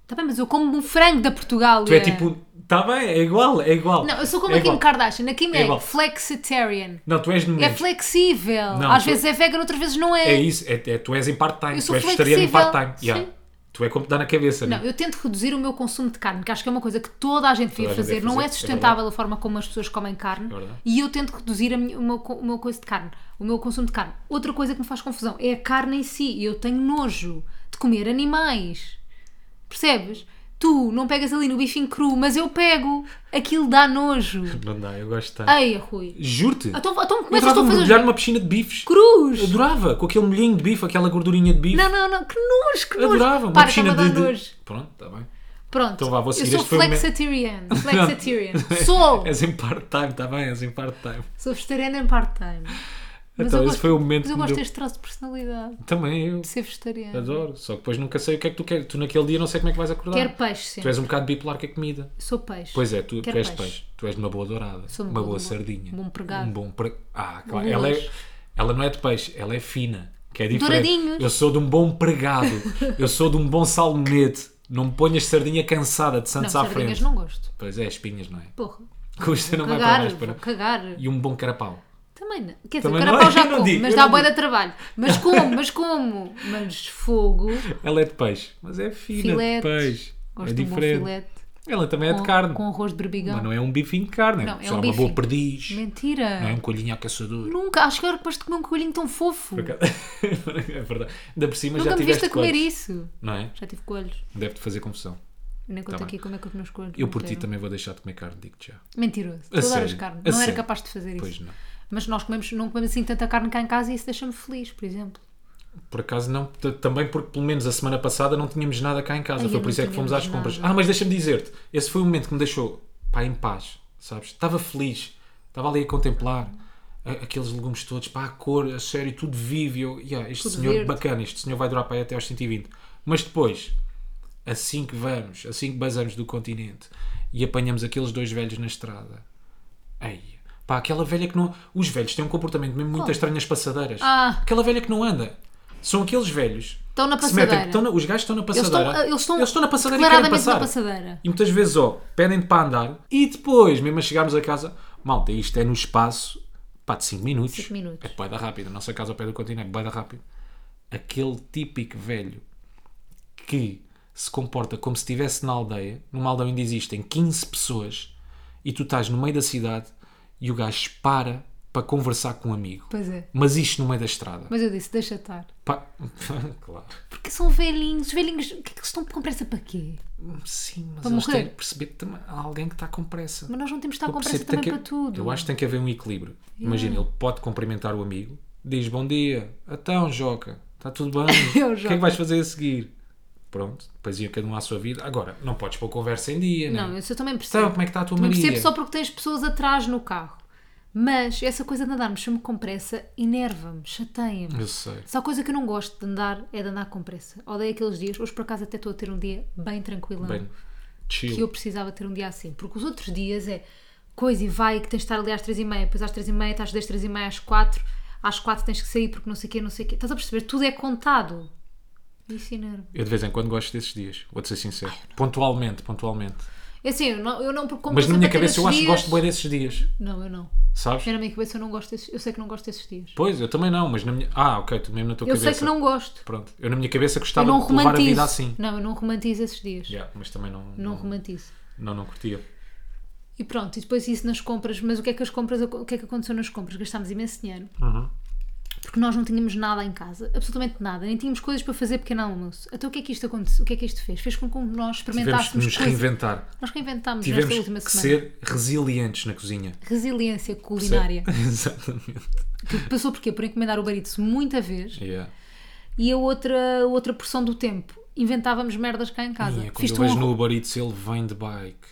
Speaker 1: Tá bem, mas eu como um frango da Portugal.
Speaker 2: Tu é tipo. Tá bem, é igual, é igual.
Speaker 1: Não, eu sou como
Speaker 2: é
Speaker 1: a Kim
Speaker 2: igual.
Speaker 1: Kardashian. A Kim
Speaker 2: É
Speaker 1: é,
Speaker 2: igual.
Speaker 1: flexitarian.
Speaker 2: Não, tu és no
Speaker 1: É
Speaker 2: mesmo.
Speaker 1: flexível.
Speaker 2: Não,
Speaker 1: Às
Speaker 2: tu-
Speaker 1: vezes é vegan, outras vezes não
Speaker 2: É
Speaker 1: é.
Speaker 2: isso, é, é- tu és em part-time.
Speaker 1: Eu
Speaker 2: Tu
Speaker 1: sou
Speaker 2: és vegetariano em
Speaker 1: flexível,
Speaker 2: part-time. Yeah.
Speaker 1: sim.
Speaker 2: Tu é como te dá na cabeça,
Speaker 1: Não,
Speaker 2: né?
Speaker 1: eu tento reduzir o meu consumo de carne, que acho que é uma coisa que toda a gente devia
Speaker 2: Toda a gente
Speaker 1: fazer.
Speaker 2: deve
Speaker 1: Não
Speaker 2: fazer,
Speaker 1: é
Speaker 2: é
Speaker 1: sustentável a forma como as pessoas comem carne.
Speaker 2: É verdade.
Speaker 1: e eu tento reduzir a minha- o, meu, co- o meu coisa de carne, o meu consumo de carne. Outra coisa que me faz confusão é a carne em si. E Eu tenho nojo de comer animais. Percebes? Tu não pegas ali no bifinho cru, mas eu pego. Aquilo dá nojo.
Speaker 2: Não dá, eu gosto tanto.
Speaker 1: Ei, Rui.
Speaker 2: Juro-te.
Speaker 1: Então, então
Speaker 2: Eu
Speaker 1: começas tu
Speaker 2: adorava
Speaker 1: a fazer
Speaker 2: um mergulhar
Speaker 1: os
Speaker 2: numa piscina de bifes.
Speaker 1: cruz.
Speaker 2: Adorava, com aquele molhinho de bife, aquela gordurinha de bife.
Speaker 1: Não, não, não. Que nojo, que nojo.
Speaker 2: Adorava, uma
Speaker 1: Para,
Speaker 2: piscina
Speaker 1: está-me a
Speaker 2: de,
Speaker 1: dar nojo.
Speaker 2: de... Pronto, está bem.
Speaker 1: Pronto.
Speaker 2: Então vá, vou seguir.
Speaker 1: eu sou
Speaker 2: Este É. foi o meu-
Speaker 1: flexitarian. Flexitarian. sou.
Speaker 2: És em part-time, está bem, és em part-time.
Speaker 1: Sou vegetariana em part-time. Mas
Speaker 2: Então,
Speaker 1: eu
Speaker 2: esse
Speaker 1: gosto-
Speaker 2: foi o momento
Speaker 1: Mas eu
Speaker 2: que me
Speaker 1: gosto
Speaker 2: deu-
Speaker 1: deste traço de personalidade.
Speaker 2: Também eu.
Speaker 1: de ser vegetariana.
Speaker 2: Adoro. Só que depois nunca sei o que é que tu queres. Tu naquele dia não sei como é que vais acordar.
Speaker 1: Quero peixe sempre.
Speaker 2: Tu és um bocado bipolar com a comida.
Speaker 1: Sou peixe.
Speaker 2: Pois é, tu, tu
Speaker 1: Quero
Speaker 2: és
Speaker 1: peixe.
Speaker 2: peixe. Tu és uma boa dourada.
Speaker 1: Sou
Speaker 2: uma,
Speaker 1: uma boa
Speaker 2: boa,
Speaker 1: dourada.
Speaker 2: sardinha.
Speaker 1: Um bom pregado.
Speaker 2: Um bom pre- Ah, claro.
Speaker 1: bom
Speaker 2: Ela, é,
Speaker 1: lanche.
Speaker 2: ela não é de peixe, ela é fina. Que é diferente.
Speaker 1: Douradinhos.
Speaker 2: Eu sou de um bom pregado. Eu sou de um bom salmonete. Não me ponhas sardinha cansada de
Speaker 1: Não,
Speaker 2: Santos à
Speaker 1: sardinhas
Speaker 2: frente.
Speaker 1: não Um gosto.
Speaker 2: Pois é, espinhas, não é?
Speaker 1: Porra.
Speaker 2: Custa não vai para
Speaker 1: cagar,
Speaker 2: mais
Speaker 1: vou
Speaker 2: para.
Speaker 1: cagar.
Speaker 2: E um bom carapau.
Speaker 1: Também não. Quer dizer,
Speaker 2: Também
Speaker 1: o
Speaker 2: não é,
Speaker 1: carapau
Speaker 2: eu
Speaker 1: já
Speaker 2: não
Speaker 1: como,
Speaker 2: digo,
Speaker 1: mas
Speaker 2: eu
Speaker 1: dá
Speaker 2: não
Speaker 1: boia de trabalho. Mas como, mas como? Mas fogo,
Speaker 2: Ela é de peixe, mas é fina de
Speaker 1: filete.
Speaker 2: peixe.
Speaker 1: Gosto
Speaker 2: é
Speaker 1: de um bom
Speaker 2: diferente.
Speaker 1: filete.
Speaker 2: ela também é de
Speaker 1: com-
Speaker 2: carne.
Speaker 1: Com arroz de berbigão.
Speaker 2: Mas não é um bifinho de carne.
Speaker 1: Não, é
Speaker 2: Só
Speaker 1: um
Speaker 2: uma boa
Speaker 1: bifinho.
Speaker 2: perdiz.
Speaker 1: Mentira.
Speaker 2: Não é um colhinho a caçador.
Speaker 1: Nunca. Acho que agora depois de comer um coelhinho tão fofo.
Speaker 2: é verdade. Ainda por cima já
Speaker 1: Nunca me
Speaker 2: tiveste
Speaker 1: viste a comer
Speaker 2: coelhos,
Speaker 1: isso.
Speaker 2: Não é?
Speaker 1: Já tive coelhos.
Speaker 2: Deve-te fazer confusão.
Speaker 1: Eu nem conto
Speaker 2: Tá bem.
Speaker 1: aqui como é que eu comi os coelhos.
Speaker 2: Eu
Speaker 1: não
Speaker 2: por ti
Speaker 1: quero.
Speaker 2: também vou deixar de comer carne, digo-te já.
Speaker 1: Mentiroso.
Speaker 2: A
Speaker 1: Tu adoras
Speaker 2: sério?
Speaker 1: carne.
Speaker 2: A
Speaker 1: não era
Speaker 2: sério?
Speaker 1: capaz de fazer isso.
Speaker 2: Pois não.
Speaker 1: Mas nós comemos, não comemos assim tanta carne cá em casa e isso deixa-me feliz, por exemplo.
Speaker 2: Por acaso não, T- também porque pelo menos a semana passada não tínhamos nada cá em casa.
Speaker 1: Ai,
Speaker 2: foi
Speaker 1: eu
Speaker 2: por
Speaker 1: não
Speaker 2: isso é que fomos às
Speaker 1: tínhamos
Speaker 2: compras.
Speaker 1: nada.
Speaker 2: Ah, mas deixa-me dizer-te, esse foi o momento que me deixou pá, em paz, sabes? Estava feliz, estava ali a contemplar a- aqueles legumes todos, pá, a cor, a sério, tudo vivo. e Eu, yeah, este
Speaker 1: Tudo
Speaker 2: senhor,
Speaker 1: verde.
Speaker 2: bacana, este senhor vai durar para aí até aos 120. Mas depois, assim que vamos, assim que basamos do continente e apanhamos aqueles dois velhos na estrada, Ei, pá, aquela velha que não. Os velhos têm um comportamento mesmo muito estranho nas passadeiras.
Speaker 1: Ah.
Speaker 2: Aquela velha que não anda. São aqueles velhos.
Speaker 1: Estão na
Speaker 2: que se metem-
Speaker 1: passadeira.
Speaker 2: que estão na- os gajos estão na
Speaker 1: Eles
Speaker 2: passadeira.
Speaker 1: estão, eles estão,
Speaker 2: na passadeira e querem
Speaker 1: declaradamente
Speaker 2: passar.
Speaker 1: na passadeira.
Speaker 2: E muitas vezes, ó, pedem para andar e depois, mesmo a chegarmos a casa, malta, isto é no espaço, pá, de 5 minutos.
Speaker 1: Cinco minutos.
Speaker 2: É boeda rápido. A nossa casa ao pé do continente é boeda rápido. Aquele típico velho que se comporta como se estivesse na aldeia, numa aldeia onde existem 15 pessoas e tu estás no meio da cidade e o gajo para para conversar com um amigo.
Speaker 1: Pois é.
Speaker 2: Mas isto no meio da estrada.
Speaker 1: Mas eu disse, deixa estar.
Speaker 2: Pá, claro.
Speaker 1: Porque são velhinhos. Os velhinhos, o que é que eles estão com pressa para quê?
Speaker 2: Sim, mas
Speaker 1: Para
Speaker 2: eles
Speaker 1: morrer.
Speaker 2: têm que perceber que também há alguém que está com pressa.
Speaker 1: Mas nós não temos de estar
Speaker 2: Eu
Speaker 1: com pressa
Speaker 2: percebo que tem
Speaker 1: também
Speaker 2: que-
Speaker 1: para tudo.
Speaker 2: Eu acho que tem que haver um equilíbrio. Imagina, ele pode cumprimentar o amigo, diz bom dia, então Joca, está tudo bem,
Speaker 1: É o
Speaker 2: o que é que
Speaker 1: Joca.
Speaker 2: vais fazer a seguir? Pronto, depois ia cada um à sua vida. Agora, não podes pôr conversa em dia, não
Speaker 1: Não,
Speaker 2: é?
Speaker 1: isso eu também
Speaker 2: Então,
Speaker 1: percebo.
Speaker 2: como é que está a tua
Speaker 1: Não
Speaker 2: Maria?
Speaker 1: percebo só porque tens pessoas atrás no carro. Mas essa coisa de andarmos sempre com pressa enerva-me, chateia-me.
Speaker 2: Eu sei.
Speaker 1: Só coisa que eu não gosto de andar é de andar com pressa. Odeio aqueles dias. Hoje, por acaso, até estou a ter um dia bem tranquilão.
Speaker 2: Bem,
Speaker 1: que
Speaker 2: chill.
Speaker 1: eu precisava ter um dia assim. Porque os outros dias é coisa e vai, que tens de estar ali às 3h30, depois às 3h30, estás das 3h30 às 4 às 4 tens que sair porque não sei o quê, não sei o quê. Estás a perceber? Tudo é contado. Isso enerva.
Speaker 2: Eu de vez em quando gosto desses dias, vou-te ser sincero. pontualmente, pontualmente.
Speaker 1: É assim, eu não, eu não porque como
Speaker 2: Mas
Speaker 1: estou
Speaker 2: na minha
Speaker 1: sempre a ter
Speaker 2: cabeça eu
Speaker 1: esses
Speaker 2: acho que gosto
Speaker 1: dias-
Speaker 2: bem desses dias,
Speaker 1: Não, eu não.
Speaker 2: sabes?
Speaker 1: Eu na minha cabeça eu não gosto desses, eu sei que não gosto desses dias.
Speaker 2: Pois, eu também não, mas na minha. Ah, ok, tu mesmo na tua
Speaker 1: Eu
Speaker 2: cabeça.
Speaker 1: sei que não gosto.
Speaker 2: Pronto, eu na minha cabeça
Speaker 1: Eu
Speaker 2: gostava
Speaker 1: não
Speaker 2: de levar a
Speaker 1: romantizo.
Speaker 2: vida assim.
Speaker 1: Não, eu não romantizo esses dias.
Speaker 2: Yeah, mas também não.
Speaker 1: Não
Speaker 2: não,
Speaker 1: romantizo.
Speaker 2: não, não curtia.
Speaker 1: E pronto, e depois isso nas compras, mas o que é que as compras, o que é que aconteceu nas compras? Gastámos imenso dinheiro.
Speaker 2: Uhum.
Speaker 1: Porque nós não tínhamos nada em casa, absolutamente nada, nem tínhamos coisas para fazer pequeno almoço. Então o que é que isto aconteceu? O que é que isto fez? Fez com que nós
Speaker 2: Tivemos de
Speaker 1: experimentássemos
Speaker 2: nos
Speaker 1: coisas.
Speaker 2: reinventar.
Speaker 1: Nós que inventámos
Speaker 2: Tivemos
Speaker 1: nesta última
Speaker 2: que
Speaker 1: semana.
Speaker 2: ser resilientes na cozinha.
Speaker 1: Resiliência culinária.
Speaker 2: Exatamente.
Speaker 1: Que passou porquê? Por encomendar o barito muita vez
Speaker 2: Yeah.
Speaker 1: e a outra, outra porção do tempo. Inventávamos merdas cá em casa.
Speaker 2: Yeah, é, quando
Speaker 1: Fiz-te
Speaker 2: eu
Speaker 1: um
Speaker 2: vejo
Speaker 1: arro-
Speaker 2: no Uber Eats, ele vem de bike.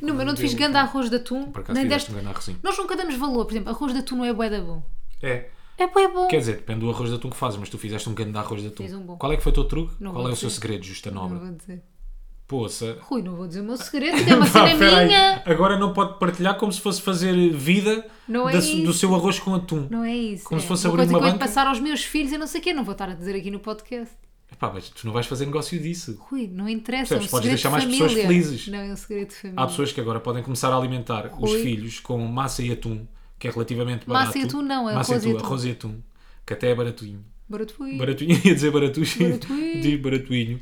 Speaker 1: Não, mas não te fiz grande arroz de atum,
Speaker 2: Por acaso
Speaker 1: nem
Speaker 2: fizeste
Speaker 1: deste.
Speaker 2: um grande arrozinho.
Speaker 1: Nós nunca damos valor, por exemplo, arroz de atum não é bué da bom.
Speaker 2: É.
Speaker 1: É bué bom.
Speaker 2: Quer dizer, depende do arroz de atum que fazes, mas tu fizeste um grande arroz de atum.
Speaker 1: Fiz um bom.
Speaker 2: Qual é que foi o teu truque?
Speaker 1: Não
Speaker 2: Qual
Speaker 1: vou
Speaker 2: é o seu
Speaker 1: dizer.
Speaker 2: segredo, Justa
Speaker 1: Não
Speaker 2: Nobre?
Speaker 1: vou dizer.
Speaker 2: Poça.
Speaker 1: Rui, não vou dizer o meu segredo, que é uma
Speaker 2: Vá,
Speaker 1: cena
Speaker 2: peraí.
Speaker 1: minha.
Speaker 2: Agora não pode partilhar como se fosse fazer vida
Speaker 1: Não é
Speaker 2: da-
Speaker 1: isso.
Speaker 2: do seu arroz com atum.
Speaker 1: Não é isso.
Speaker 2: Como
Speaker 1: é.
Speaker 2: se fosse
Speaker 1: uma
Speaker 2: abrir
Speaker 1: coisa
Speaker 2: uma
Speaker 1: que eu hei de
Speaker 2: banca.
Speaker 1: passar aos meus filhos, eu não sei o quê, não vou estar a dizer aqui no podcast.
Speaker 2: Epá, mas tu não vais fazer negócio disso.
Speaker 1: Rui, não interessa.
Speaker 2: Percebes?
Speaker 1: é um
Speaker 2: Podes
Speaker 1: segredo
Speaker 2: deixar
Speaker 1: de
Speaker 2: mais
Speaker 1: família.
Speaker 2: pessoas felizes. Ah,
Speaker 1: Não, é um segredo de família.
Speaker 2: Há pessoas que agora podem começar a alimentar os
Speaker 1: Rui.
Speaker 2: filhos com massa e atum, que é relativamente barato.
Speaker 1: Massa e atum não, é
Speaker 2: massa
Speaker 1: arroz e
Speaker 2: e atum,
Speaker 1: atum.
Speaker 2: arroz e atum, que até é baratinho.
Speaker 1: Barato fui.
Speaker 2: Baratinho, ia dizer baratucho,
Speaker 1: Baratuinho.
Speaker 2: diz baratuinho.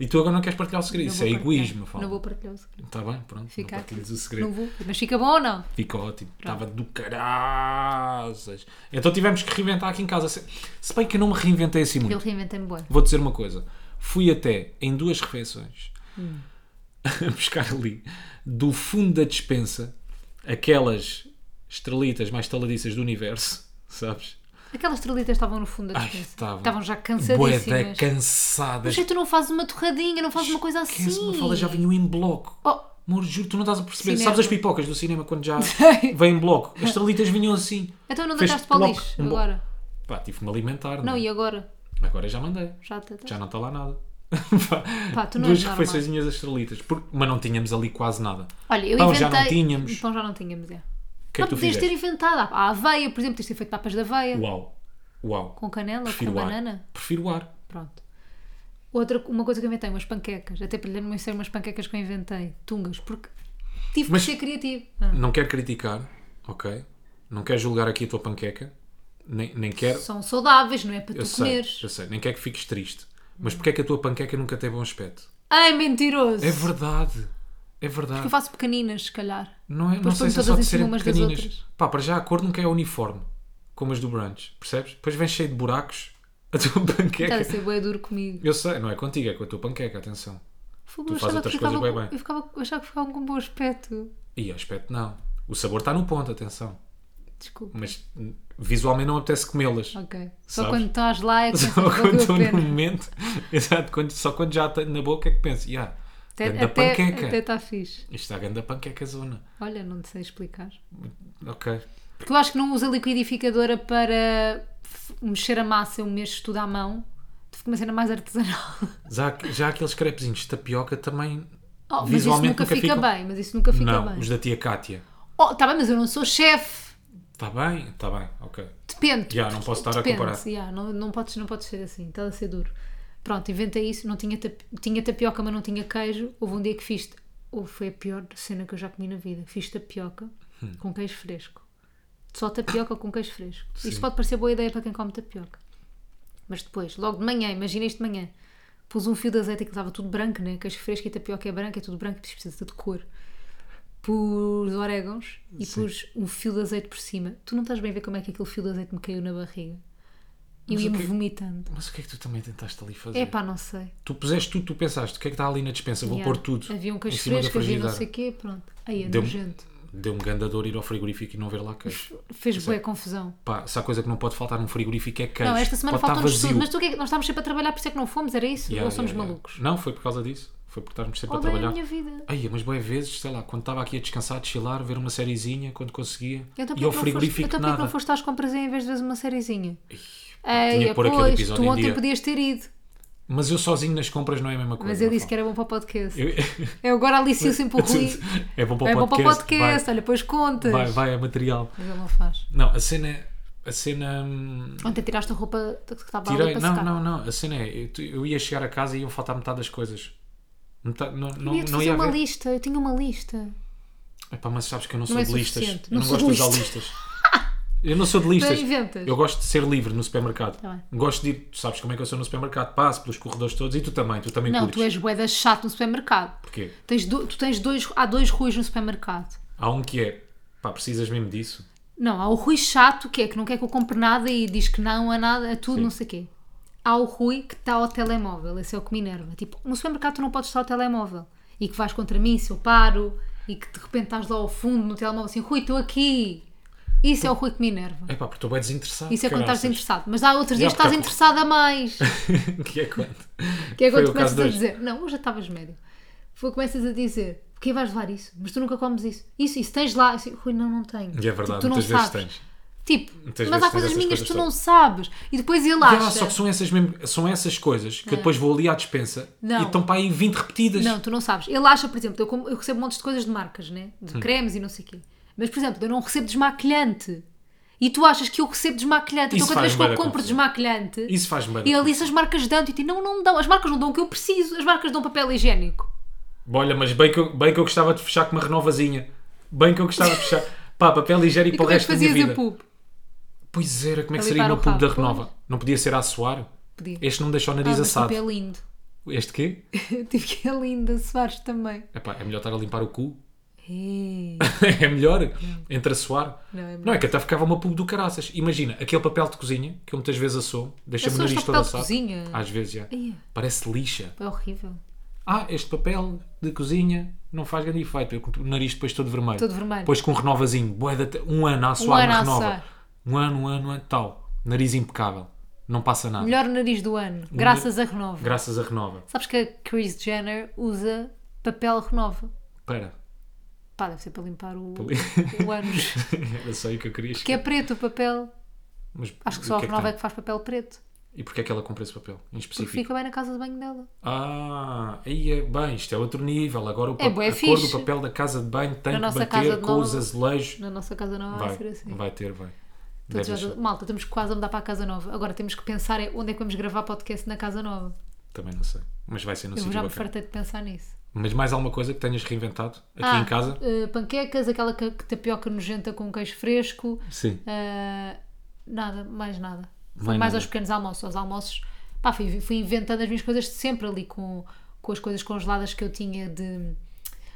Speaker 2: E tu agora não queres partilhar o segredo.
Speaker 1: Não
Speaker 2: Isso
Speaker 1: vou
Speaker 2: é
Speaker 1: partilhar.
Speaker 2: egoísmo, Fábio.
Speaker 1: Não vou partilhar o segredo.
Speaker 2: Está bem, pronto.
Speaker 1: Fica
Speaker 2: não
Speaker 1: aqui.
Speaker 2: partilhas o segredo.
Speaker 1: Não vou. Mas fica bom ou não?
Speaker 2: Fica ótimo. Estava do caraças. Então tivemos que reinventar aqui em casa. Se se bem que eu não me reinventei assim muito.
Speaker 1: Eu reinventei-me bem.
Speaker 2: Vou dizer uma coisa. Fui até, em duas refeições,
Speaker 1: Hum.
Speaker 2: a buscar ali, do fundo da despensa, aquelas estrelitas mais taladiças do universo, sabes?
Speaker 1: Aquelas trelitas estavam no fundo da
Speaker 2: Ai,
Speaker 1: dispensa.
Speaker 2: estavam.
Speaker 1: Estavam já
Speaker 2: Bué da
Speaker 1: cansadíssimas.
Speaker 2: cansadas.
Speaker 1: Mas aí tu não fazes uma torradinha, não fazes uma coisa assim.
Speaker 2: Esquece, uma fala já vinha em bloco.
Speaker 1: Oh,
Speaker 2: Amor, juro, tu não estás a perceber.
Speaker 1: Cinema.
Speaker 2: Sabes as pipocas do cinema quando já
Speaker 1: Sei.
Speaker 2: vêm em bloco? As estrelitas vinham assim.
Speaker 1: então não
Speaker 2: Fez
Speaker 1: deitaste para o
Speaker 2: bloco,
Speaker 1: lixo
Speaker 2: um bloco.
Speaker 1: agora?
Speaker 2: Pá, tive-me a alimentar.
Speaker 1: Não,
Speaker 2: né?
Speaker 1: e agora?
Speaker 2: Agora já mandei.
Speaker 1: Já te
Speaker 2: Já não está lá nada.
Speaker 1: Pá, tu não
Speaker 2: Duas
Speaker 1: és normal.
Speaker 2: refeiçõezinhas às estrelitas. Por- Mas não tínhamos ali quase nada.
Speaker 1: Olha, eu
Speaker 2: Pão
Speaker 1: inventei.
Speaker 2: já não tínhamos.
Speaker 1: Pão já não tínhamos, é.
Speaker 2: O que é
Speaker 1: não,
Speaker 2: que tu
Speaker 1: podias
Speaker 2: fizeste?
Speaker 1: ter inventado. Ah, A aveia, por exemplo, tens de ter feito papas de aveia.
Speaker 2: Uau. Uau.
Speaker 1: Com canela,
Speaker 2: Prefiro
Speaker 1: com
Speaker 2: ar.
Speaker 1: banana.
Speaker 2: Prefiro ar.
Speaker 1: Pronto. Outra, uma coisa que eu inventei, umas panquecas. Até para lhe anunciar umas panquecas que eu inventei. Tungas, porque tive
Speaker 2: Mas-
Speaker 1: que ser criativo. Ah,
Speaker 2: Não quero criticar, ok? Não quero julgar aqui a tua panqueca. Nem, nem quero...
Speaker 1: são saudáveis, não é para
Speaker 2: Eu
Speaker 1: tu
Speaker 2: sei,
Speaker 1: comeres.
Speaker 2: eu sei. Nem quero que fiques triste. Mas porquê é que a tua panqueca nunca tem bom aspecto?
Speaker 1: Ai, mentiroso!
Speaker 2: É verdade. É verdade.
Speaker 1: Eu faço pequeninas, se calhar.
Speaker 2: Não, é, não
Speaker 1: Depois
Speaker 2: sei
Speaker 1: põe
Speaker 2: se é
Speaker 1: todas
Speaker 2: só
Speaker 1: em
Speaker 2: de
Speaker 1: cima
Speaker 2: serem
Speaker 1: umas das
Speaker 2: pequeninas.
Speaker 1: outras.
Speaker 2: Pá, para já a cor nunca é uniforme, como as do brunch, percebes? Depois vem cheio de buracos a tua
Speaker 1: Está a
Speaker 2: panqueca.
Speaker 1: ser boé duro comigo.
Speaker 2: Eu sei, não é contigo, é com a tua panqueca, atenção.
Speaker 1: Fogo,
Speaker 2: Tu
Speaker 1: eu achava
Speaker 2: fazes outras
Speaker 1: que
Speaker 2: coisas
Speaker 1: ficavam
Speaker 2: bué
Speaker 1: com-
Speaker 2: bem.
Speaker 1: Eu, ficava, eu achava que ficavam com um bom aspecto.
Speaker 2: E aspecto não. O sabor está no ponto, atenção.
Speaker 1: Desculpa.
Speaker 2: Mas hum, visualmente não apetece comê-las.
Speaker 1: Ok. Só
Speaker 2: Sabes?
Speaker 1: quando estás lá é que
Speaker 2: Só quando
Speaker 1: valeu a
Speaker 2: estou no
Speaker 1: pena.
Speaker 2: momento, exato, quando- só quando já tenho na boca é que penso, yeah,
Speaker 1: Até
Speaker 2: ganda panqueca.
Speaker 1: até está fixe.
Speaker 2: Isto está ganda panqueca zona.
Speaker 1: Olha, não te sei explicar.
Speaker 2: Ok.
Speaker 1: Porque eu acho que não uso a liquidificadora para f- mexer a massa, eu mexo tudo à mão. Fico uma cena mais artesanal.
Speaker 2: Já, já aqueles crepezinhos de tapioca também.
Speaker 1: Oh, mas isso
Speaker 2: visualmente
Speaker 1: nunca, fica
Speaker 2: ficam-
Speaker 1: bem, mas isso nunca fica
Speaker 2: não,
Speaker 1: bem.
Speaker 2: os da tia Cátia.
Speaker 1: Oh, tá bem, mas eu não sou chefe.
Speaker 2: Está bem? Está bem, ok.
Speaker 1: Depende.
Speaker 2: Já, não posso estar a
Speaker 1: Depende,
Speaker 2: comparar.
Speaker 1: já, não, não, podes, não podes ser assim, está a ser duro. Pronto, inventei isso, não tinha, tap- tinha tapioca, mas não tinha queijo. Houve um dia que fiz, ou foi a pior cena que eu já comi na vida, fiz tapioca
Speaker 2: Hum.
Speaker 1: com queijo fresco. Só tapioca com queijo fresco. Isto pode parecer boa ideia para quem come tapioca. Mas depois, logo de manhã, imagina isto de manhã, pus um fio de azeite que estava tudo branco, né? Queijo fresco e tapioca é branco, é tudo branco, precisa de cor. Pus orégãos e pus um fio de azeite por cima. Tu não estás bem a ver como é que aquele fio de azeite me caiu na barriga? Eu
Speaker 2: Mas o
Speaker 1: ia-me
Speaker 2: quê?
Speaker 1: vomitando.
Speaker 2: Mas o que é que tu também tentaste ali fazer?
Speaker 1: É pá, não sei.
Speaker 2: Tu puseste tudo, tu pensaste, o que é que está ali na dispensa? Vou
Speaker 1: Yeah.
Speaker 2: pôr tudo.
Speaker 1: Havia um queijo
Speaker 2: em cima da
Speaker 1: fresco, havia não
Speaker 2: frigideira.
Speaker 1: sei o quê, pronto. Aí é
Speaker 2: Deu-me-
Speaker 1: nojento.
Speaker 2: Deu-me grande dor ir ao frigorífico e não ver lá queijo.
Speaker 1: Fez
Speaker 2: é.
Speaker 1: boa confusão.
Speaker 2: Pá, se há coisa que não pode faltar num frigorífico é queijo.
Speaker 1: Não, esta semana
Speaker 2: Pode estar
Speaker 1: faltou-nos
Speaker 2: vazio.
Speaker 1: tudo. Mas tu o que é que nós estávamos sempre a trabalhar, por isso é que não fomos, era isso?
Speaker 2: Yeah,
Speaker 1: Ou somos
Speaker 2: yeah, yeah.
Speaker 1: malucos?
Speaker 2: Não, foi por causa disso. Foi por estarmos sempre a
Speaker 1: Odeio a minha
Speaker 2: trabalhar.
Speaker 1: vida.
Speaker 2: Ai, mas boas vezes, sei lá, quando estava aqui a descansar, a chilar, ver uma sériezinha, quando conseguia,
Speaker 1: Então
Speaker 2: e
Speaker 1: porquê
Speaker 2: ao
Speaker 1: que não foste-
Speaker 2: frigorífico
Speaker 1: então porquê que
Speaker 2: nada.
Speaker 1: não foste às compras em vez de veres uma sériezinha?
Speaker 2: Ih, tinha
Speaker 1: Ei,
Speaker 2: que pôr aquele
Speaker 1: pois, tu
Speaker 2: episódio em
Speaker 1: ontem
Speaker 2: dia.
Speaker 1: podias ter ido.
Speaker 2: Mas eu sozinho nas compras não é a mesma coisa.
Speaker 1: Mas eu disse que era
Speaker 2: Rafa.
Speaker 1: bom para o podcast.
Speaker 2: Eu-
Speaker 1: Eu agora alicio sempre o Rui.
Speaker 2: é bom para
Speaker 1: É
Speaker 2: o
Speaker 1: bom para o
Speaker 2: podcast.
Speaker 1: podcast, olha, pois contas.
Speaker 2: Vai, vai, vai, é material.
Speaker 1: Mas ele não faz.
Speaker 2: Não, a cena é. A cena. hum,
Speaker 1: Ontem tiraste a roupa que estava ali
Speaker 2: Tirei.
Speaker 1: para
Speaker 2: Não,
Speaker 1: secar.
Speaker 2: não, não. A cena é. Eu, tu- eu ia chegar a casa e iam faltar metade das coisas. Metade, não, não,
Speaker 1: Eu ia-te
Speaker 2: não
Speaker 1: fazer
Speaker 2: ia
Speaker 1: uma
Speaker 2: haver.
Speaker 1: lista, eu tinha uma lista.
Speaker 2: Epá, mas sabes que eu não,
Speaker 1: é
Speaker 2: sou de listas.
Speaker 1: suficiente.
Speaker 2: Eu não,
Speaker 1: Não sou
Speaker 2: gosto de usar
Speaker 1: de
Speaker 2: listas. Eu não sou de listas.
Speaker 1: Não inventas.
Speaker 2: Eu gosto de ser livre no supermercado.
Speaker 1: Tá bem.
Speaker 2: gosto de ir. Tu sabes como é que eu sou no supermercado? Passo pelos corredores todos e tu também. Tu também
Speaker 1: Não,
Speaker 2: curtes.
Speaker 1: tu és boeda chato no supermercado.
Speaker 2: Porquê?
Speaker 1: Tens do- tu tens dois, há dois ruis no supermercado.
Speaker 2: Há um que é. Pá, precisas mesmo disso?
Speaker 1: Não, há o Rui chato que é que não quer que eu compre nada e diz que não a nada, a tudo,
Speaker 2: Sim.
Speaker 1: não sei o quê. Há o Rui que está ao telemóvel, esse é o que me enerva. Tipo, no supermercado tu não podes estar ao telemóvel e que vais contra mim se eu paro e que de repente estás lá ao fundo no telemóvel assim, Rui, estou aqui. Isso é o Rui que me enerva.
Speaker 2: Epá, porque tu bem desinteressado.
Speaker 1: Isso é quando estás
Speaker 2: caraças.
Speaker 1: desinteressado. Mas há outros dias que
Speaker 2: Já,
Speaker 1: estás
Speaker 2: porque-
Speaker 1: interessada mais.
Speaker 2: que é quando?
Speaker 1: Que é
Speaker 2: Foi
Speaker 1: quando
Speaker 2: o
Speaker 1: tu começas
Speaker 2: caso
Speaker 1: a
Speaker 2: hoje.
Speaker 1: dizer, não, hoje já estavas médio. Foi, começas a dizer, porquê vais levar isso? Mas tu nunca comes isso. Isso, isso tens lá. Assim, Rui, não, não tenho.
Speaker 2: E é verdade,
Speaker 1: Tipo, tu não
Speaker 2: muitas vezes
Speaker 1: sabes.
Speaker 2: tens.
Speaker 1: Tipo, mas
Speaker 2: Muitas vezes
Speaker 1: há
Speaker 2: tens
Speaker 1: coisas
Speaker 2: essas
Speaker 1: minhas
Speaker 2: coisas
Speaker 1: que tu
Speaker 2: todas.
Speaker 1: não sabes. E depois ele
Speaker 2: Ah,
Speaker 1: acha.
Speaker 2: só que são essas, mesmo, são essas coisas que eu depois vou ali à dispensa
Speaker 1: É. Não.
Speaker 2: e estão para aí 20 repetidas.
Speaker 1: Não, tu não sabes. Ele acha, por exemplo, eu, como- eu recebo montes de coisas de marcas, né? De
Speaker 2: Hum.
Speaker 1: cremes e não sei o quê. Mas, por exemplo, eu não recebo desmaquilhante. E tu achas que eu recebo desmaquilhante. Então,
Speaker 2: Isso
Speaker 1: cada vez que
Speaker 2: faz
Speaker 1: eu
Speaker 2: bué da
Speaker 1: compro
Speaker 2: confusão.
Speaker 1: desmaquilhante,
Speaker 2: Isso faz bem.
Speaker 1: ele disse as marcas dão. E eu digo, não, não dão. As marcas não dão o que eu preciso. As marcas dão papel higiênico.
Speaker 2: Olha, mas bem que, eu, bem que eu gostava de fechar com uma renovazinha. Bem que eu gostava de fechar. Pá, papel higiênico
Speaker 1: E
Speaker 2: para o
Speaker 1: como é que
Speaker 2: resto da minha
Speaker 1: fazias
Speaker 2: vida.
Speaker 1: a pub?
Speaker 2: Pois era, como é que
Speaker 1: Para
Speaker 2: seria o
Speaker 1: limpar
Speaker 2: meu
Speaker 1: o
Speaker 2: pub da
Speaker 1: rabo,
Speaker 2: Renova? Não podia ser a suar?
Speaker 1: Podia.
Speaker 2: Este não me deixa o
Speaker 1: Ah,
Speaker 2: nariz
Speaker 1: mas
Speaker 2: assado.
Speaker 1: papel lindo.
Speaker 2: Este quê?
Speaker 1: Tive que é linda, Soares também.
Speaker 2: Epá, é melhor estar a limpar o cu.
Speaker 1: Ei,
Speaker 2: é melhor entre a suar.
Speaker 1: Não, é melhor.
Speaker 2: Não, é que até ficava uma pub do caraças. Imagina, aquele papel de cozinha que eu muitas vezes assumo, deixa-me o
Speaker 1: Assomas
Speaker 2: nariz todo
Speaker 1: papel de
Speaker 2: assado.
Speaker 1: cozinha?
Speaker 2: Às vezes já.
Speaker 1: Ia.
Speaker 2: Parece lixa.
Speaker 1: é horrível.
Speaker 2: Ah, este papel de cozinha não faz grande efeito. Eu com o nariz depois todo vermelho.
Speaker 1: Todo vermelho.
Speaker 2: Depois com um renovazinho. Bué de te- Um ano a suar,
Speaker 1: ano
Speaker 2: me
Speaker 1: a
Speaker 2: renova.
Speaker 1: assoar.
Speaker 2: Um ano, um ano, um ano, tal. Nariz impecável. Não passa nada.
Speaker 1: Melhor nariz do ano, graças a Renova.
Speaker 2: Graças a Renova.
Speaker 1: Sabes que a Kris Jenner usa papel Renova.
Speaker 2: Pera.
Speaker 1: Pá, deve ser para limpar o,
Speaker 2: li-
Speaker 1: o ânus.
Speaker 2: Era só aí que eu queria
Speaker 1: Que é preto o papel.
Speaker 2: Mas
Speaker 1: Acho que
Speaker 2: o
Speaker 1: só a
Speaker 2: é
Speaker 1: Renova é
Speaker 2: tem?
Speaker 1: que faz papel preto.
Speaker 2: E porquê é que ela comprou esse papel em
Speaker 1: Porque
Speaker 2: específico?
Speaker 1: fica bem na casa de banho dela.
Speaker 2: Ah, aí é bem, isto é outro nível. Agora o pa-
Speaker 1: É bué
Speaker 2: a cor
Speaker 1: fixe.
Speaker 2: do papel da casa de banho tem
Speaker 1: Na
Speaker 2: que
Speaker 1: nossa casa
Speaker 2: bater
Speaker 1: de
Speaker 2: com
Speaker 1: nova-
Speaker 2: os azulejos.
Speaker 1: Na nossa casa nova vai,
Speaker 2: vai,
Speaker 1: ser assim.
Speaker 2: vai ter, vai.
Speaker 1: Todos
Speaker 2: Deve
Speaker 1: já-
Speaker 2: ser.
Speaker 1: Malta, estamos quase a mudar para a casa nova. Agora temos que pensar é onde é que vamos gravar podcast na casa nova.
Speaker 2: Também não sei. Mas vai ser no
Speaker 1: Eu
Speaker 2: sítio
Speaker 1: já me
Speaker 2: bacana.
Speaker 1: fartei de pensar nisso.
Speaker 2: Mas mais alguma coisa que tenhas reinventado aqui
Speaker 1: Ah,
Speaker 2: em casa?
Speaker 1: eh, panquecas, aquela ca- tapioca nojenta com queijo fresco.
Speaker 2: Sim.
Speaker 1: Ah, nada, mais nada. Foi
Speaker 2: Mais
Speaker 1: mais
Speaker 2: nada.
Speaker 1: aos pequenos almoços. Aos almoços, pá, fui, fui inventando as minhas coisas sempre ali com, com as coisas congeladas que eu tinha de.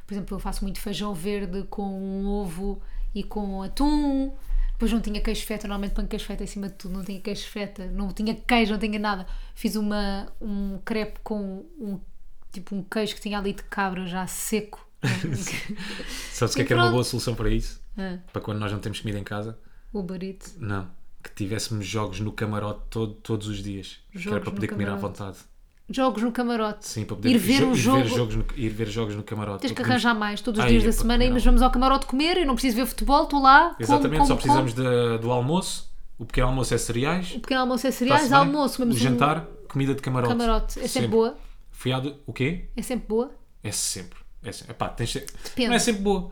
Speaker 1: Por exemplo, eu faço muito feijão verde com um ovo e com atum. Depois não tinha queijo feta, normalmente põe queijo feta em cima de tudo, não tinha queijo feta, não tinha queijo, não tinha nada. Fiz uma, um crepe com um tipo um queijo que tinha ali de cabra já seco.
Speaker 2: Sabes o que é
Speaker 1: e
Speaker 2: que era uma
Speaker 1: pronto.
Speaker 2: boa solução para isso?
Speaker 1: Ah,
Speaker 2: Para quando nós não temos comida em casa?
Speaker 1: o barito.
Speaker 2: Não. Que tivéssemos jogos no camarote todo- todos os dias. que era
Speaker 1: Jogos
Speaker 2: para
Speaker 1: no
Speaker 2: poder comer à
Speaker 1: camarote.
Speaker 2: vontade.
Speaker 1: Jogos no camarote.
Speaker 2: Sim, para poder
Speaker 1: Ir ver
Speaker 2: jo-
Speaker 1: um
Speaker 2: ir
Speaker 1: jogo.
Speaker 2: jogos no, ir ver jogos no camarote.
Speaker 1: Tens que
Speaker 2: Para podermos-
Speaker 1: arranjar mais todos os
Speaker 2: Ai,
Speaker 1: dias da
Speaker 2: epá,
Speaker 1: semana e
Speaker 2: não.
Speaker 1: mas vamos ao camarote comer, eu não preciso ver futebol, estou lá. como,
Speaker 2: Exatamente,
Speaker 1: como,
Speaker 2: só precisamos
Speaker 1: como.
Speaker 2: da- do almoço. O pequeno almoço é cereais.
Speaker 1: O pequeno almoço é
Speaker 2: está-se
Speaker 1: cereais,
Speaker 2: bem.
Speaker 1: almoço,
Speaker 2: O
Speaker 1: vamos
Speaker 2: jantar, comida de camarote.
Speaker 1: um camarote. É sempre, boa.
Speaker 2: Fui à do- O quê?
Speaker 1: É sempre boa.
Speaker 2: É sempre. É sempre. Epá, tens de-
Speaker 1: Depende.
Speaker 2: Não é sempre boa.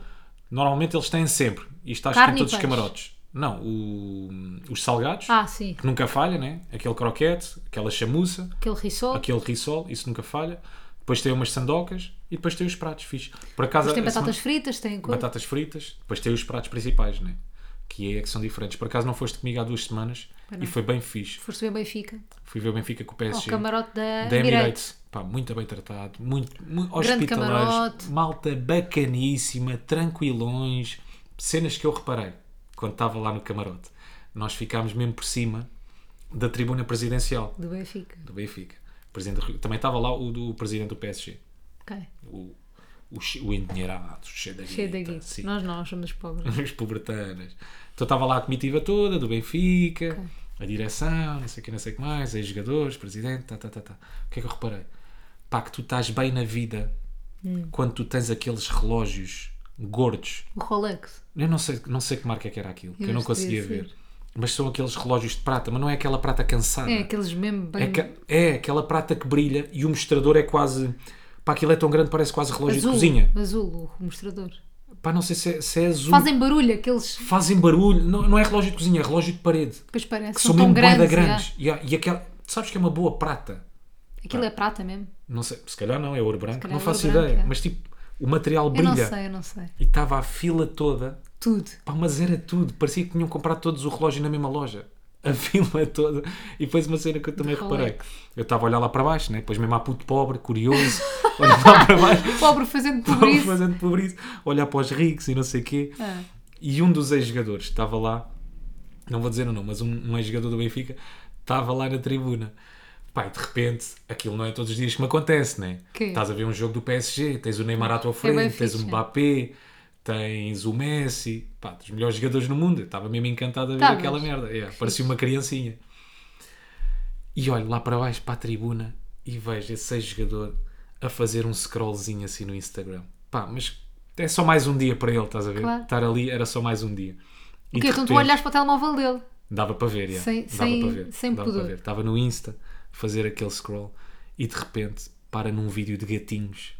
Speaker 2: Normalmente eles têm sempre. E está escrito
Speaker 1: Carne
Speaker 2: em
Speaker 1: e
Speaker 2: todos os
Speaker 1: peixe.
Speaker 2: camarotes. Não, o- os salgados,
Speaker 1: Ah, sim.
Speaker 2: que nunca falha, né? Aquele croquete, aquela chamuça,
Speaker 1: Aquele risol.
Speaker 2: aquele risol, isso nunca falha. Depois tem umas sandocas e depois tem os pratos fixe. Por acaso,
Speaker 1: Mas tem
Speaker 2: a
Speaker 1: batatas
Speaker 2: semana-
Speaker 1: fritas, tem coisa.
Speaker 2: batatas fritas, depois tem os pratos principais, né? Que é que são diferentes. Por acaso não foste comigo há duas semanas e foi bem fixe.
Speaker 1: Foste ver Benfica.
Speaker 2: Fui ver o Benfica com o
Speaker 1: Ao
Speaker 2: PSG.
Speaker 1: Oh, camarote da,
Speaker 2: Da
Speaker 1: Emirates.
Speaker 2: Emirates. Pá, muito bem tratado, muito, muito
Speaker 1: É, Grande
Speaker 2: hospitaleiros,
Speaker 1: camarote.
Speaker 2: malta bacaníssima, tranquilões. Cenas que eu reparei quando estava lá no camarote. Nós ficámos mesmo por cima da tribuna presidencial
Speaker 1: Do Benfica.
Speaker 2: do Benfica. O presidente do Rio- Também estava lá o do presidente do PSG,
Speaker 1: Ok.
Speaker 2: o, o, che- o endinheirado, cheio da
Speaker 1: Cheio da
Speaker 2: guita,
Speaker 1: guita.
Speaker 2: sim.
Speaker 1: Nós não, somos pobres.
Speaker 2: os pobretanas. Então estava lá a comitiva toda do Benfica, a direção, não sei o que, não sei o que mais, aí jogadores, presidente, tá, tá, tá, tá. O que é que eu reparei? Pá, que tu estás bem na vida
Speaker 1: Hum.
Speaker 2: quando tu tens aqueles relógios gordos.
Speaker 1: O Rolex.
Speaker 2: Eu não sei, não sei que marca é que era aquilo, que eu
Speaker 1: Eu
Speaker 2: não
Speaker 1: acho que devia
Speaker 2: conseguia ver.
Speaker 1: ser.
Speaker 2: Mas são aqueles relógios de prata, mas não é aquela prata cansada.
Speaker 1: É, aqueles mesmo bem...
Speaker 2: É, ca- é aquela prata que brilha e o mostrador é quase. Pá, aquilo é tão grande, parece quase relógio
Speaker 1: Azul,
Speaker 2: de cozinha.
Speaker 1: azul, o mostrador.
Speaker 2: Pá, não sei se é, se é azul.
Speaker 1: Fazem barulho aqueles,
Speaker 2: fazem barulho. Não, não é relógio de cozinha, é relógio de parede.
Speaker 1: depois parece,
Speaker 2: Que
Speaker 1: são
Speaker 2: são
Speaker 1: tão
Speaker 2: mesmo boeda
Speaker 1: grandes.
Speaker 2: grandes. E, há- e aquela. Tu sabes que é uma boa prata.
Speaker 1: já. Aquilo é prata mesmo.
Speaker 2: Não sei, se calhar não, é ouro branco,
Speaker 1: calhar
Speaker 2: não
Speaker 1: é
Speaker 2: faço
Speaker 1: ouro branco,
Speaker 2: ideia.
Speaker 1: é.
Speaker 2: Mas tipo, o material
Speaker 1: Eu não
Speaker 2: brilha.
Speaker 1: sei, eu não sei.
Speaker 2: E estava a fila toda.
Speaker 1: Tudo.
Speaker 2: Pá, mas era tudo. Parecia que tinham comprado todos o relógio na mesma loja. A fila toda. E foi uma cena que eu também
Speaker 1: De
Speaker 2: reparei.
Speaker 1: Rolex.
Speaker 2: Eu estava a olhar lá para baixo, né? Depois mesmo há puto pobre, curioso, olhar lá para baixo.
Speaker 1: Pobre fazendo pobreza.
Speaker 2: fazendo pobreza, olhar para os ricos e não sei o quê.
Speaker 1: Ah.
Speaker 2: E um dos ex-jogadores estava lá, não vou dizer o nome, mas um, um ex-jogador do Benfica estava lá na tribuna. Pai, de repente, aquilo não é todos os dias que me acontece, né?
Speaker 1: Quê? É
Speaker 2: Estás a ver um jogo do PSG, tens o Neymar à tua frente,
Speaker 1: bem
Speaker 2: tens o
Speaker 1: fixe.
Speaker 2: Mbappé, tens o Messi, pá, dos melhores jogadores no mundo. Eu estava mesmo encantado a ver
Speaker 1: Estavas.
Speaker 2: aquela merda. É, parecia uma criancinha. E olho lá para baixo, para a tribuna, e vejo esse ex-jogador a fazer um scrollzinho assim no Instagram. Pá, mas é só mais um dia para ele, estás a ver?
Speaker 1: Claro.
Speaker 2: Estar ali era só mais um dia. E
Speaker 1: Ok,
Speaker 2: de
Speaker 1: então tu
Speaker 2: repente-
Speaker 1: olhaste para o telemóvel dele.
Speaker 2: Dava para ver, yeah.
Speaker 1: Sem-
Speaker 2: Dava
Speaker 1: sem-
Speaker 2: para ver.
Speaker 1: sem
Speaker 2: Dava
Speaker 1: pudor.
Speaker 2: Para ver. Estava no Insta a fazer aquele scroll e de repente para num vídeo de gatinhos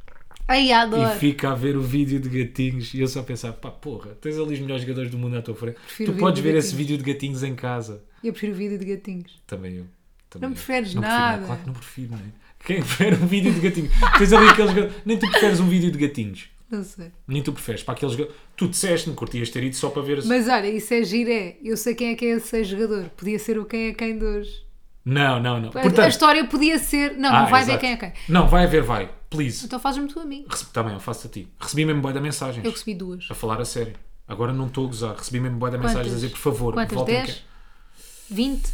Speaker 1: Ai, adoro.
Speaker 2: e fica a ver o vídeo de gatinhos e eu só pensava, pá, porra, tens ali os melhores jogadores do mundo à tua frente.
Speaker 1: Prefiro
Speaker 2: tu
Speaker 1: ver
Speaker 2: podes
Speaker 1: o
Speaker 2: ver
Speaker 1: de
Speaker 2: esse vídeo de gatinhos em casa.
Speaker 1: Eu prefiro o vídeo de gatinhos.
Speaker 2: Também eu. Também
Speaker 1: Não
Speaker 2: eu.
Speaker 1: preferes
Speaker 2: prefiro, não. é?
Speaker 1: nada.
Speaker 2: Claro que não prefiro, não é? Quem prefere um vídeo de gatinhos? tens ali aqueles gatinhos. Nem tu preferes um vídeo de gatinhos.
Speaker 1: Não sei.
Speaker 2: Nem tu preferes. Para aqueles gatinhos. Tu disseste-me, curtias ter ido só para ver.
Speaker 1: Mas olha, isso é giré. Eu sei quem é que é esse jogador. Podia ser o quem é quem de hoje.
Speaker 2: Não, não, não.
Speaker 1: A-
Speaker 2: Portanto,
Speaker 1: a história podia ser. Não,
Speaker 2: Ah,
Speaker 1: não vai
Speaker 2: exato.
Speaker 1: ver quem é quem.
Speaker 2: Não, vai haver, vai. Please.
Speaker 1: Então fazes-me tu a mim.
Speaker 2: Recebi, também, eu faço a ti. Recebi mesmo boia da mensagens.
Speaker 1: Eu recebi duas.
Speaker 2: A falar a sério. Agora não estou a gozar. Recebi mesmo boia da mensagens a dizer, por favor,
Speaker 1: Quantas?
Speaker 2: voltem. cá.
Speaker 1: 10? 20?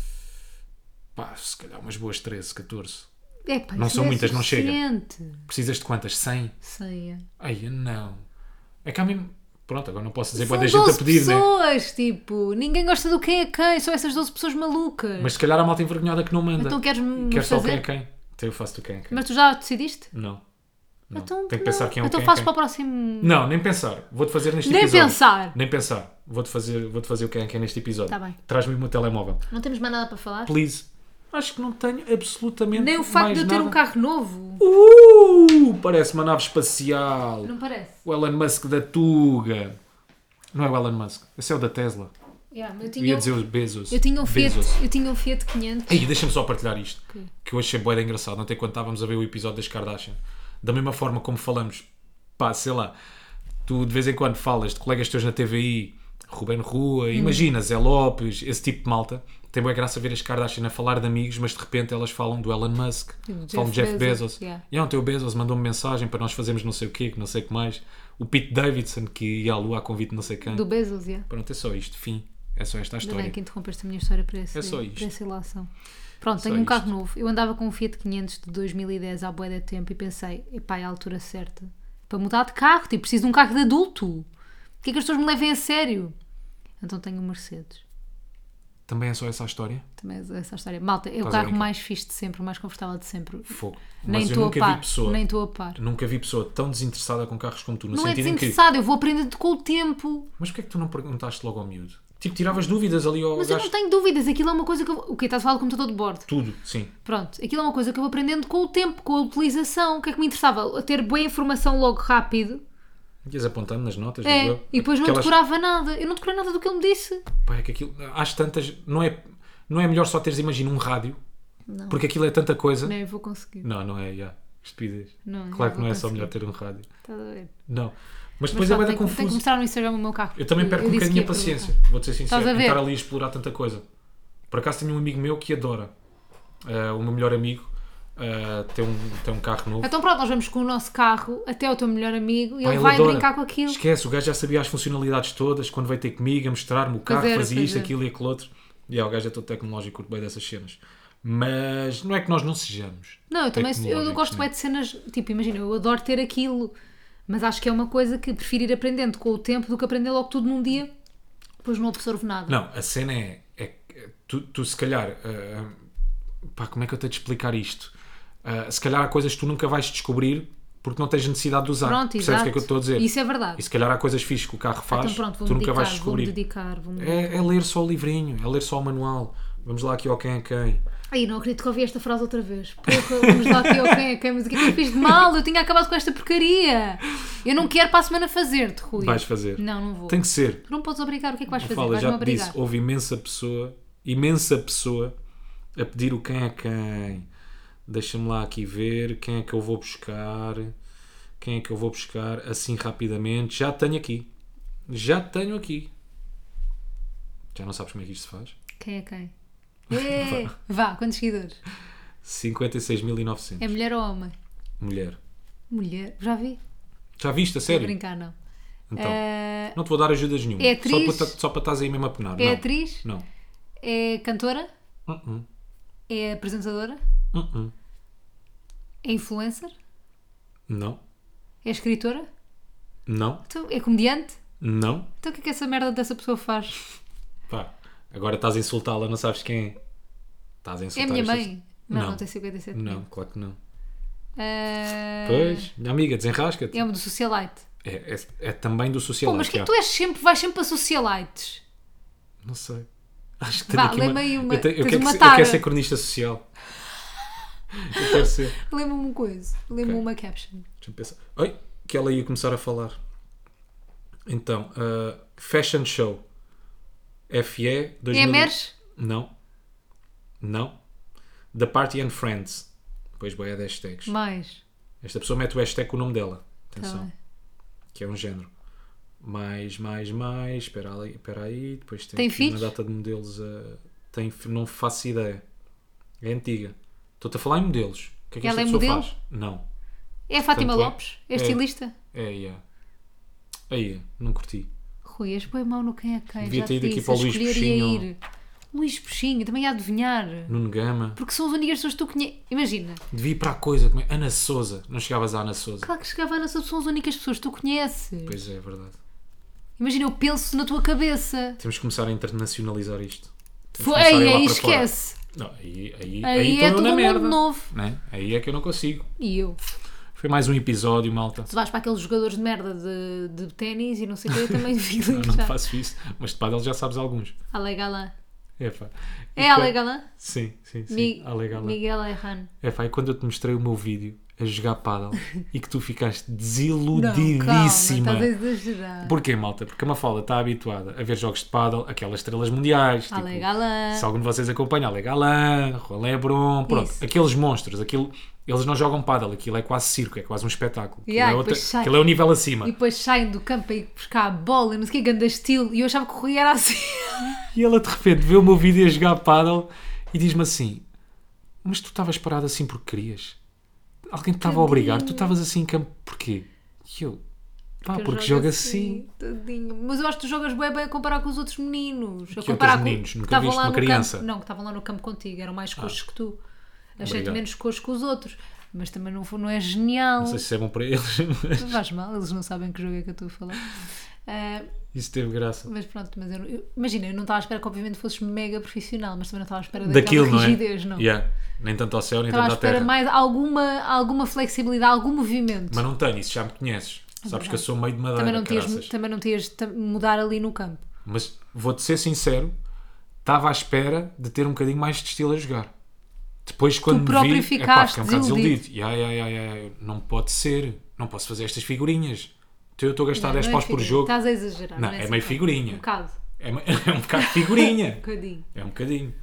Speaker 2: Pá, se calhar umas boas 13, 14.
Speaker 1: É, pá,
Speaker 2: Não
Speaker 1: isso
Speaker 2: são
Speaker 1: é
Speaker 2: muitas, não chega.
Speaker 1: suficiente.
Speaker 2: Precisas de quantas? 100?
Speaker 1: Sei, é.
Speaker 2: Ai, eu não. É que há mesmo. Pronto, agora não posso dizer
Speaker 1: São
Speaker 2: boa da gente a
Speaker 1: 12
Speaker 2: pedir, né?
Speaker 1: pessoas, tipo. Ninguém gosta do quem é quem. São essas 12 pessoas malucas.
Speaker 2: Mas
Speaker 1: Mas,
Speaker 2: se calhar há malta envergonhada que não manda.
Speaker 1: Então queres-me
Speaker 2: Quer só quem é
Speaker 1: fazer?
Speaker 2: quem? Então eu faço do quem é quem.
Speaker 1: tu já decidiste?
Speaker 2: Não. não.
Speaker 1: Então,
Speaker 2: Tenho que
Speaker 1: não.
Speaker 2: pensar quem é o
Speaker 1: Então
Speaker 2: quem é
Speaker 1: fazes
Speaker 2: quem.
Speaker 1: para o próximo.
Speaker 2: Não, nem pensar. Vou-te fazer neste
Speaker 1: Nem
Speaker 2: episódio.
Speaker 1: pensar.
Speaker 2: Nem pensar. Vou-te fazer, vou fazer o quem é quem neste episódio.
Speaker 1: Tá bem.
Speaker 2: Traz-me o meu telemóvel.
Speaker 1: Não temos mais nada para falar?
Speaker 2: Please. Acho que não tenho absolutamente
Speaker 1: Nem o facto
Speaker 2: mais
Speaker 1: de eu ter
Speaker 2: nada.
Speaker 1: um carro novo.
Speaker 2: Uh! Parece uma nave espacial.
Speaker 1: Não parece?
Speaker 2: O Elon Musk da Tuga. Não é o Elon Musk. Esse é o da Tesla.
Speaker 1: Yeah, mas eu,
Speaker 2: Eu
Speaker 1: tinha,
Speaker 2: ia dizer os Bezos.
Speaker 1: eu tinha um Fiat,
Speaker 2: Bezos.
Speaker 1: eu tinha um Fiat 500.
Speaker 2: Ei, deixa-me só partilhar isto.
Speaker 1: Ok.
Speaker 2: Que eu achei boeda engraçado. Ontem quando estávamos a ver o episódio das Kardashian. Da mesma forma como falamos, pá, sei lá, tu de vez em quando falas de colegas teus na TVI, Ruben Rua,
Speaker 1: Hum.
Speaker 2: imagina, Zé Lopes, esse tipo de malta. Tem boa graça ver as Kardashian a falar de amigos, mas de repente elas falam do Elon Musk,
Speaker 1: do
Speaker 2: falam do
Speaker 1: Jeff
Speaker 2: Jeff
Speaker 1: Bezos,
Speaker 2: Bezos.
Speaker 1: yeah.
Speaker 2: E ontem o Bezos mandou-me mensagem para nós fazermos não sei o quê, que não sei o que mais. O Pete Davidson, que ia à lua a convite de não sei quem.
Speaker 1: Do Bezos, yeah.
Speaker 2: Pronto, é só isto. Fim. É só
Speaker 1: Ainda
Speaker 2: esta a
Speaker 1: bem
Speaker 2: história.
Speaker 1: que interrompeste a minha história para, esse,
Speaker 2: É só isto.
Speaker 1: para essa ilação. Pronto, tenho um
Speaker 2: isto.
Speaker 1: carro novo. Eu andava com um Fiat 500 de 2010 há bué de tempo e pensei, epá, é a altura certa para mudar de carro. Tipo, preciso de um carro de adulto. Porquê é que as pessoas me levem a sério? Então tenho um Mercedes.
Speaker 2: Também é só essa a história?
Speaker 1: Também é essa a história. Malta, é o
Speaker 2: Estás a
Speaker 1: carro
Speaker 2: brincar?
Speaker 1: mais fixe de sempre, o mais confortável de sempre.
Speaker 2: Fogo.
Speaker 1: nem
Speaker 2: Mas eu
Speaker 1: estou a
Speaker 2: nunca vi
Speaker 1: par.
Speaker 2: pessoa.
Speaker 1: Nem estou a par.
Speaker 2: Nunca vi pessoa tão desinteressada com carros como tu, no
Speaker 1: Não é
Speaker 2: sentido em que.
Speaker 1: desinteressado, eu vou aprendendo com o tempo.
Speaker 2: Mas porquê é que tu não perguntaste logo ao miúdo? Tipo, tiravas dúvidas ali ao
Speaker 1: Mas eu
Speaker 2: gajo.
Speaker 1: não tenho dúvidas, aquilo é uma coisa que eu. O que estás a falar do computador de bordo?
Speaker 2: Tudo, sim.
Speaker 1: Pronto, aquilo é uma coisa que eu vou aprendendo com o tempo, com a utilização. O que é que me interessava? Ter boa informação logo rápido.
Speaker 2: Ias apontando nas notas,
Speaker 1: É,
Speaker 2: digo eu.
Speaker 1: e depois não
Speaker 2: Aquelas-
Speaker 1: decorava nada. Eu não decorei nada do que ele me disse.
Speaker 2: Pá, é que aquilo. Às tantas. Não é, não é melhor só teres, imagina, um rádio?
Speaker 1: Não.
Speaker 2: Porque aquilo é tanta coisa.
Speaker 1: Nem vou conseguir.
Speaker 2: Não, não é, já. Estupidez.
Speaker 1: Não,
Speaker 2: claro que
Speaker 1: não
Speaker 2: não é
Speaker 1: vou
Speaker 2: só
Speaker 1: conseguir.
Speaker 2: melhor ter um rádio.
Speaker 1: Estás Tá a ver?
Speaker 2: Não.
Speaker 1: Mas
Speaker 2: Mas depois
Speaker 1: pronto,
Speaker 2: é bem
Speaker 1: tenho, que- tenho que
Speaker 2: confuso.
Speaker 1: mostrar no Instagram o meu carro.
Speaker 2: Eu também perco um
Speaker 1: disse que é
Speaker 2: bocadinho a
Speaker 1: ia perguntar.
Speaker 2: paciência, vou ser sincero,
Speaker 1: Estás a
Speaker 2: em
Speaker 1: ver?
Speaker 2: estar ali a explorar tanta coisa. Por acaso tenho um amigo meu que adora. Ah, o meu melhor amigo ah, tem, um, tem um carro novo.
Speaker 1: Então pronto, nós vamos com o nosso carro até o teu melhor amigo e
Speaker 2: Pá,
Speaker 1: ele vai
Speaker 2: adora.
Speaker 1: brincar com aquilo.
Speaker 2: Esquece, o gajo já sabia as funcionalidades todas, quando veio ter comigo a mostrar-me o carro,
Speaker 1: era,
Speaker 2: fazia
Speaker 1: pois
Speaker 2: isto,
Speaker 1: era.
Speaker 2: aquilo e aquilo outro. E é, o gajo é todo tecnológico, curto bem dessas cenas. Mas não é que nós não sejamos.
Speaker 1: Não, eu também eu
Speaker 2: tecnológicos,
Speaker 1: gosto
Speaker 2: né?
Speaker 1: bem de cenas, tipo, imagina, eu adoro ter aquilo, mas acho que é uma coisa que prefiro ir aprendendo com o tempo do que aprender logo tudo num dia, depois não absorvo nada.
Speaker 2: Não, a cena é. é que tu, tu, se calhar. ah, pá, como é que eu tenho de explicar isto? Ah, se calhar há coisas que tu nunca vais descobrir porque não tens necessidade de usar.
Speaker 1: Pronto,
Speaker 2: Percebes
Speaker 1: exato.
Speaker 2: o que é que eu estou a dizer?
Speaker 1: Isso é verdade.
Speaker 2: E se calhar há coisas fixas que o carro faz
Speaker 1: então pronto,
Speaker 2: tu
Speaker 1: vou-me
Speaker 2: nunca
Speaker 1: dedicar,
Speaker 2: vais
Speaker 1: vou-me
Speaker 2: descobrir.
Speaker 1: dedicar, vou-me
Speaker 2: É, é ler só o livrinho, é ler só o manual. Vamos lá aqui ao quem é quem.
Speaker 1: Ai, não acredito que ouvi esta frase outra vez. Porra, vamos lá aqui ao quem é quem, mas o que é que eu fiz de mal? Eu tinha acabado com esta porcaria. Eu não quero para a semana fazer-te, Rui.
Speaker 2: Vais fazer.
Speaker 1: Não, não vou.
Speaker 2: Tem que ser.
Speaker 1: Tu não podes obrigar, o que é que vais fazer?
Speaker 2: Fala,
Speaker 1: Vais-me
Speaker 2: já te
Speaker 1: obrigar.
Speaker 2: disse, houve imensa pessoa, imensa pessoa a pedir o quem é quem. Deixa-me lá aqui ver quem é que eu vou buscar. Quem é que eu vou buscar assim rapidamente? Já tenho aqui. Já tenho aqui. Já não sabes como é que isto se faz?
Speaker 1: Quem é quem? É. Vá, quantos seguidores?
Speaker 2: 56.900.
Speaker 1: É mulher ou homem?
Speaker 2: Mulher.
Speaker 1: Mulher, já vi.
Speaker 2: Já viste, a
Speaker 1: Vou
Speaker 2: sério?
Speaker 1: brincar, não.
Speaker 2: Então,
Speaker 1: Eh,
Speaker 2: não te vou dar ajudas nenhuma.
Speaker 1: é
Speaker 2: Só
Speaker 1: atriz?
Speaker 2: para, ta- só para estás aí mesmo a penar.
Speaker 1: é
Speaker 2: não.
Speaker 1: atriz?
Speaker 2: Não.
Speaker 1: É cantora?
Speaker 2: Uh-uh.
Speaker 1: É apresentadora?
Speaker 2: Uh-uh.
Speaker 1: É influencer?
Speaker 2: Não.
Speaker 1: É escritora?
Speaker 2: Não.
Speaker 1: Então, é comediante?
Speaker 2: Não.
Speaker 1: Então o que é que essa merda dessa pessoa faz?
Speaker 2: Pá, agora estás a insultá-la, não sabes quem é. Estás a
Speaker 1: É a
Speaker 2: insultar
Speaker 1: minha
Speaker 2: esta-
Speaker 1: mãe? Não, não,
Speaker 2: Não.
Speaker 1: tem 57
Speaker 2: Não,
Speaker 1: mil.
Speaker 2: claro que não.
Speaker 1: Eh,
Speaker 2: Pois, minha amiga, desenrasca-te.
Speaker 1: É uma do socialite.
Speaker 2: É, é- é também do
Speaker 1: Pô,
Speaker 2: social.
Speaker 1: mas que é que tu és sempre, vais sempre para socialites?
Speaker 2: Não sei. Acho que
Speaker 1: Vá,
Speaker 2: tenho aqui uma...
Speaker 1: lê-me aí uma-
Speaker 2: Eu, tenho- eu
Speaker 1: tens
Speaker 2: quero
Speaker 1: uma
Speaker 2: que se- eu
Speaker 1: tara.
Speaker 2: quero ser cronista social. Eu quero ser.
Speaker 1: Lembra-me uma coisa. Lembra-me
Speaker 2: Ok.
Speaker 1: uma caption.
Speaker 2: Deixa-me pensar. Oi, que ela ia começar a falar. Então, ah, Fashion Show. FE 2000...
Speaker 1: É Meres?
Speaker 2: Não. Não. The Party and Friends. Depois boia de hashtags.
Speaker 1: Mais.
Speaker 2: Esta pessoa mete o hashtag com o nome dela.
Speaker 1: Tá
Speaker 2: Atenção.
Speaker 1: bem.
Speaker 2: que é um género. Mais, mais, mais. Espera ali- espera aí. Depois tem,
Speaker 1: Tem
Speaker 2: aqui
Speaker 1: filhos?
Speaker 2: uma data de modelos. ah, tem, fi- não faço ideia. É antiga. Estou-te a falar em modelos. O que é que
Speaker 1: Ela
Speaker 2: esta
Speaker 1: é
Speaker 2: pessoa
Speaker 1: modelo?
Speaker 2: faz? Não.
Speaker 1: É a Fátima
Speaker 2: Tanto é.
Speaker 1: Lopes? É
Speaker 2: É.
Speaker 1: estilista?
Speaker 2: É, é. Aí, não curti.
Speaker 1: Rui, és boi mau no quem é quem.
Speaker 2: Devia
Speaker 1: Já
Speaker 2: ter
Speaker 1: te
Speaker 2: ido aqui
Speaker 1: disse,
Speaker 2: para o
Speaker 1: a
Speaker 2: Luís
Speaker 1: escolher e a
Speaker 2: Peixinho.
Speaker 1: ir. Um Luís Peixinho, também ia adivinhar.
Speaker 2: Nuno Gama.
Speaker 1: Porque são as únicas pessoas que tu conheces. Imagina,
Speaker 2: Devia ir para a coisa. Como é? Ana Souza. Não chegavas à Ana Souza.
Speaker 1: claro que chegava a Ana Sousa, são as únicas pessoas que tu conheces.
Speaker 2: Pois é, é verdade.
Speaker 1: Imagina, eu penso na tua cabeça.
Speaker 2: Temos que começar a internacionalizar isto.
Speaker 1: Foi,
Speaker 2: começar a ir
Speaker 1: aí,
Speaker 2: lá
Speaker 1: aí
Speaker 2: para fora.
Speaker 1: esquece.
Speaker 2: Não, aí,
Speaker 1: Aí
Speaker 2: aí, aí,
Speaker 1: é
Speaker 2: estou eu
Speaker 1: todo
Speaker 2: na
Speaker 1: mundo
Speaker 2: merda.
Speaker 1: novo.
Speaker 2: né? Aí é que eu não consigo.
Speaker 1: E eu?
Speaker 2: Foi mais um episódio, malta.
Speaker 1: Se vais para aqueles jogadores de merda de, de ténis e não sei o que, eu também fico
Speaker 2: Eu não
Speaker 1: já.
Speaker 2: faço isso, mas de pádel já sabes alguns.
Speaker 1: Ale Galã.
Speaker 2: Epá. E
Speaker 1: É
Speaker 2: quando-
Speaker 1: Ale Galã?
Speaker 2: Sim, sim, sim.
Speaker 1: Mi-
Speaker 2: Alega lá.
Speaker 1: Miguel Erran.
Speaker 2: Epá, e quando eu te mostrei o meu vídeo a jogar pádel e que tu ficaste
Speaker 1: Não, calma,
Speaker 2: desiludidíssima.
Speaker 1: estás a exagerar.
Speaker 2: Porquê, malta? Porque a Mafalda está habituada a ver jogos de pádel, aquelas estrelas mundiais.
Speaker 1: Ale
Speaker 2: tipo,
Speaker 1: Galã.
Speaker 2: se algum de vocês acompanha, Ale Galan, Juan Lebron, pronto,
Speaker 1: Isso.
Speaker 2: aqueles monstros, aquilo, eles não jogam pádel, aquilo é quase circo, é quase um espetáculo. Aquilo,
Speaker 1: Yeah,
Speaker 2: é,
Speaker 1: e
Speaker 2: outra-
Speaker 1: depois sai-
Speaker 2: aquilo é o nível acima.
Speaker 1: E depois saem do campo aí buscar a bola e não sei o que, ganda estilo. E eu achava que o Rui era assim.
Speaker 2: E ela de repente vê o meu vídeo a jogar pádel e diz-me assim: Mas tu estavas parado assim porque querias? Alguém te estava a obrigar? Tu estavas assim em campo porquê? E eu, pá, porque, joga assim.
Speaker 1: tadinho. Mas eu acho que tu jogas bem bem a comparar com os outros meninos. A
Speaker 2: Que
Speaker 1: comparar
Speaker 2: outros meninos?
Speaker 1: que
Speaker 2: Nunca
Speaker 1: estavam
Speaker 2: viste
Speaker 1: lá
Speaker 2: uma
Speaker 1: no
Speaker 2: criança? Ah.
Speaker 1: Campo, não, que estavam lá no campo contigo. Eram mais coxos que tu. Achei-te
Speaker 2: Obrigado.
Speaker 1: menos coxo que os outros. Mas também não, foi- não é genial.
Speaker 2: Não sei se é bom para eles, mas
Speaker 1: Faz mal, eles não sabem que jogo é que eu estou a falar. Ah,
Speaker 2: isso teve graça.
Speaker 1: mas pronto, mas eu, eu- imagina, eu não estava à espera que obviamente fosses mega profissional, mas também não estava à espera daquela
Speaker 2: Daquilo, não é?
Speaker 1: rigidez, não.
Speaker 2: Yeah. Nem tanto ao céu, nem
Speaker 1: Estava à
Speaker 2: tanto à terra.
Speaker 1: espera mais alguma, alguma flexibilidade, algum movimento.
Speaker 2: Mas não tenho, isso já me conheces. Sabes que eu sou meio de madeira,
Speaker 1: É também, não tinhas,
Speaker 2: caraças.
Speaker 1: também não tinhas de mudar ali no campo.
Speaker 2: Mas vou-te ser sincero, estava à espera de ter um bocadinho mais de estilo a jogar. Depois quando me
Speaker 1: próprio
Speaker 2: vi,
Speaker 1: ficaste
Speaker 2: fiquei um bocado
Speaker 1: desiludido.
Speaker 2: desiludido. Ya, ya, ya, ya, ya, Não pode ser, não posso fazer estas figurinhas. Então eu estou a gastar
Speaker 1: Não,
Speaker 2: 10
Speaker 1: não é
Speaker 2: paus por
Speaker 1: figurinha.
Speaker 2: jogo.
Speaker 1: Estás a exagerar.
Speaker 2: Não, é
Speaker 1: assim
Speaker 2: meio
Speaker 1: tanto.
Speaker 2: figurinha.
Speaker 1: Um bocado.
Speaker 2: É, uma- é um bocado de
Speaker 1: Um
Speaker 2: figurinha.
Speaker 1: bocadinho.
Speaker 2: é um bocadinho.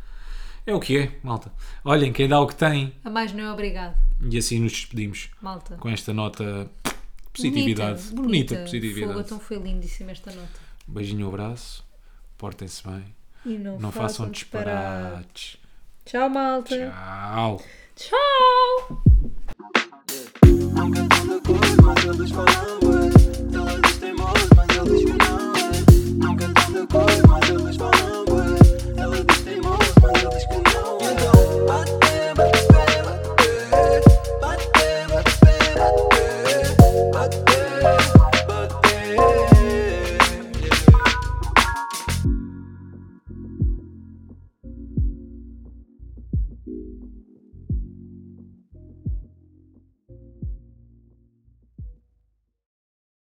Speaker 2: É o que é, malta. Olhem, quem dá o que tem.
Speaker 1: A mais não é obrigado,
Speaker 2: E assim nos despedimos
Speaker 1: malta.
Speaker 2: com esta nota de positividade.
Speaker 1: Bonita, bonita,
Speaker 2: positividade.
Speaker 1: Fogo, então foi lindíssima esta nota.
Speaker 2: Beijinho, abraço. Portem-se bem.
Speaker 1: E não,
Speaker 2: Não façam
Speaker 1: disparar.
Speaker 2: disparates.
Speaker 1: Tchau, malta.
Speaker 2: Tchau.
Speaker 1: Tchau.
Speaker 3: I'm good on the court, my girl is fine.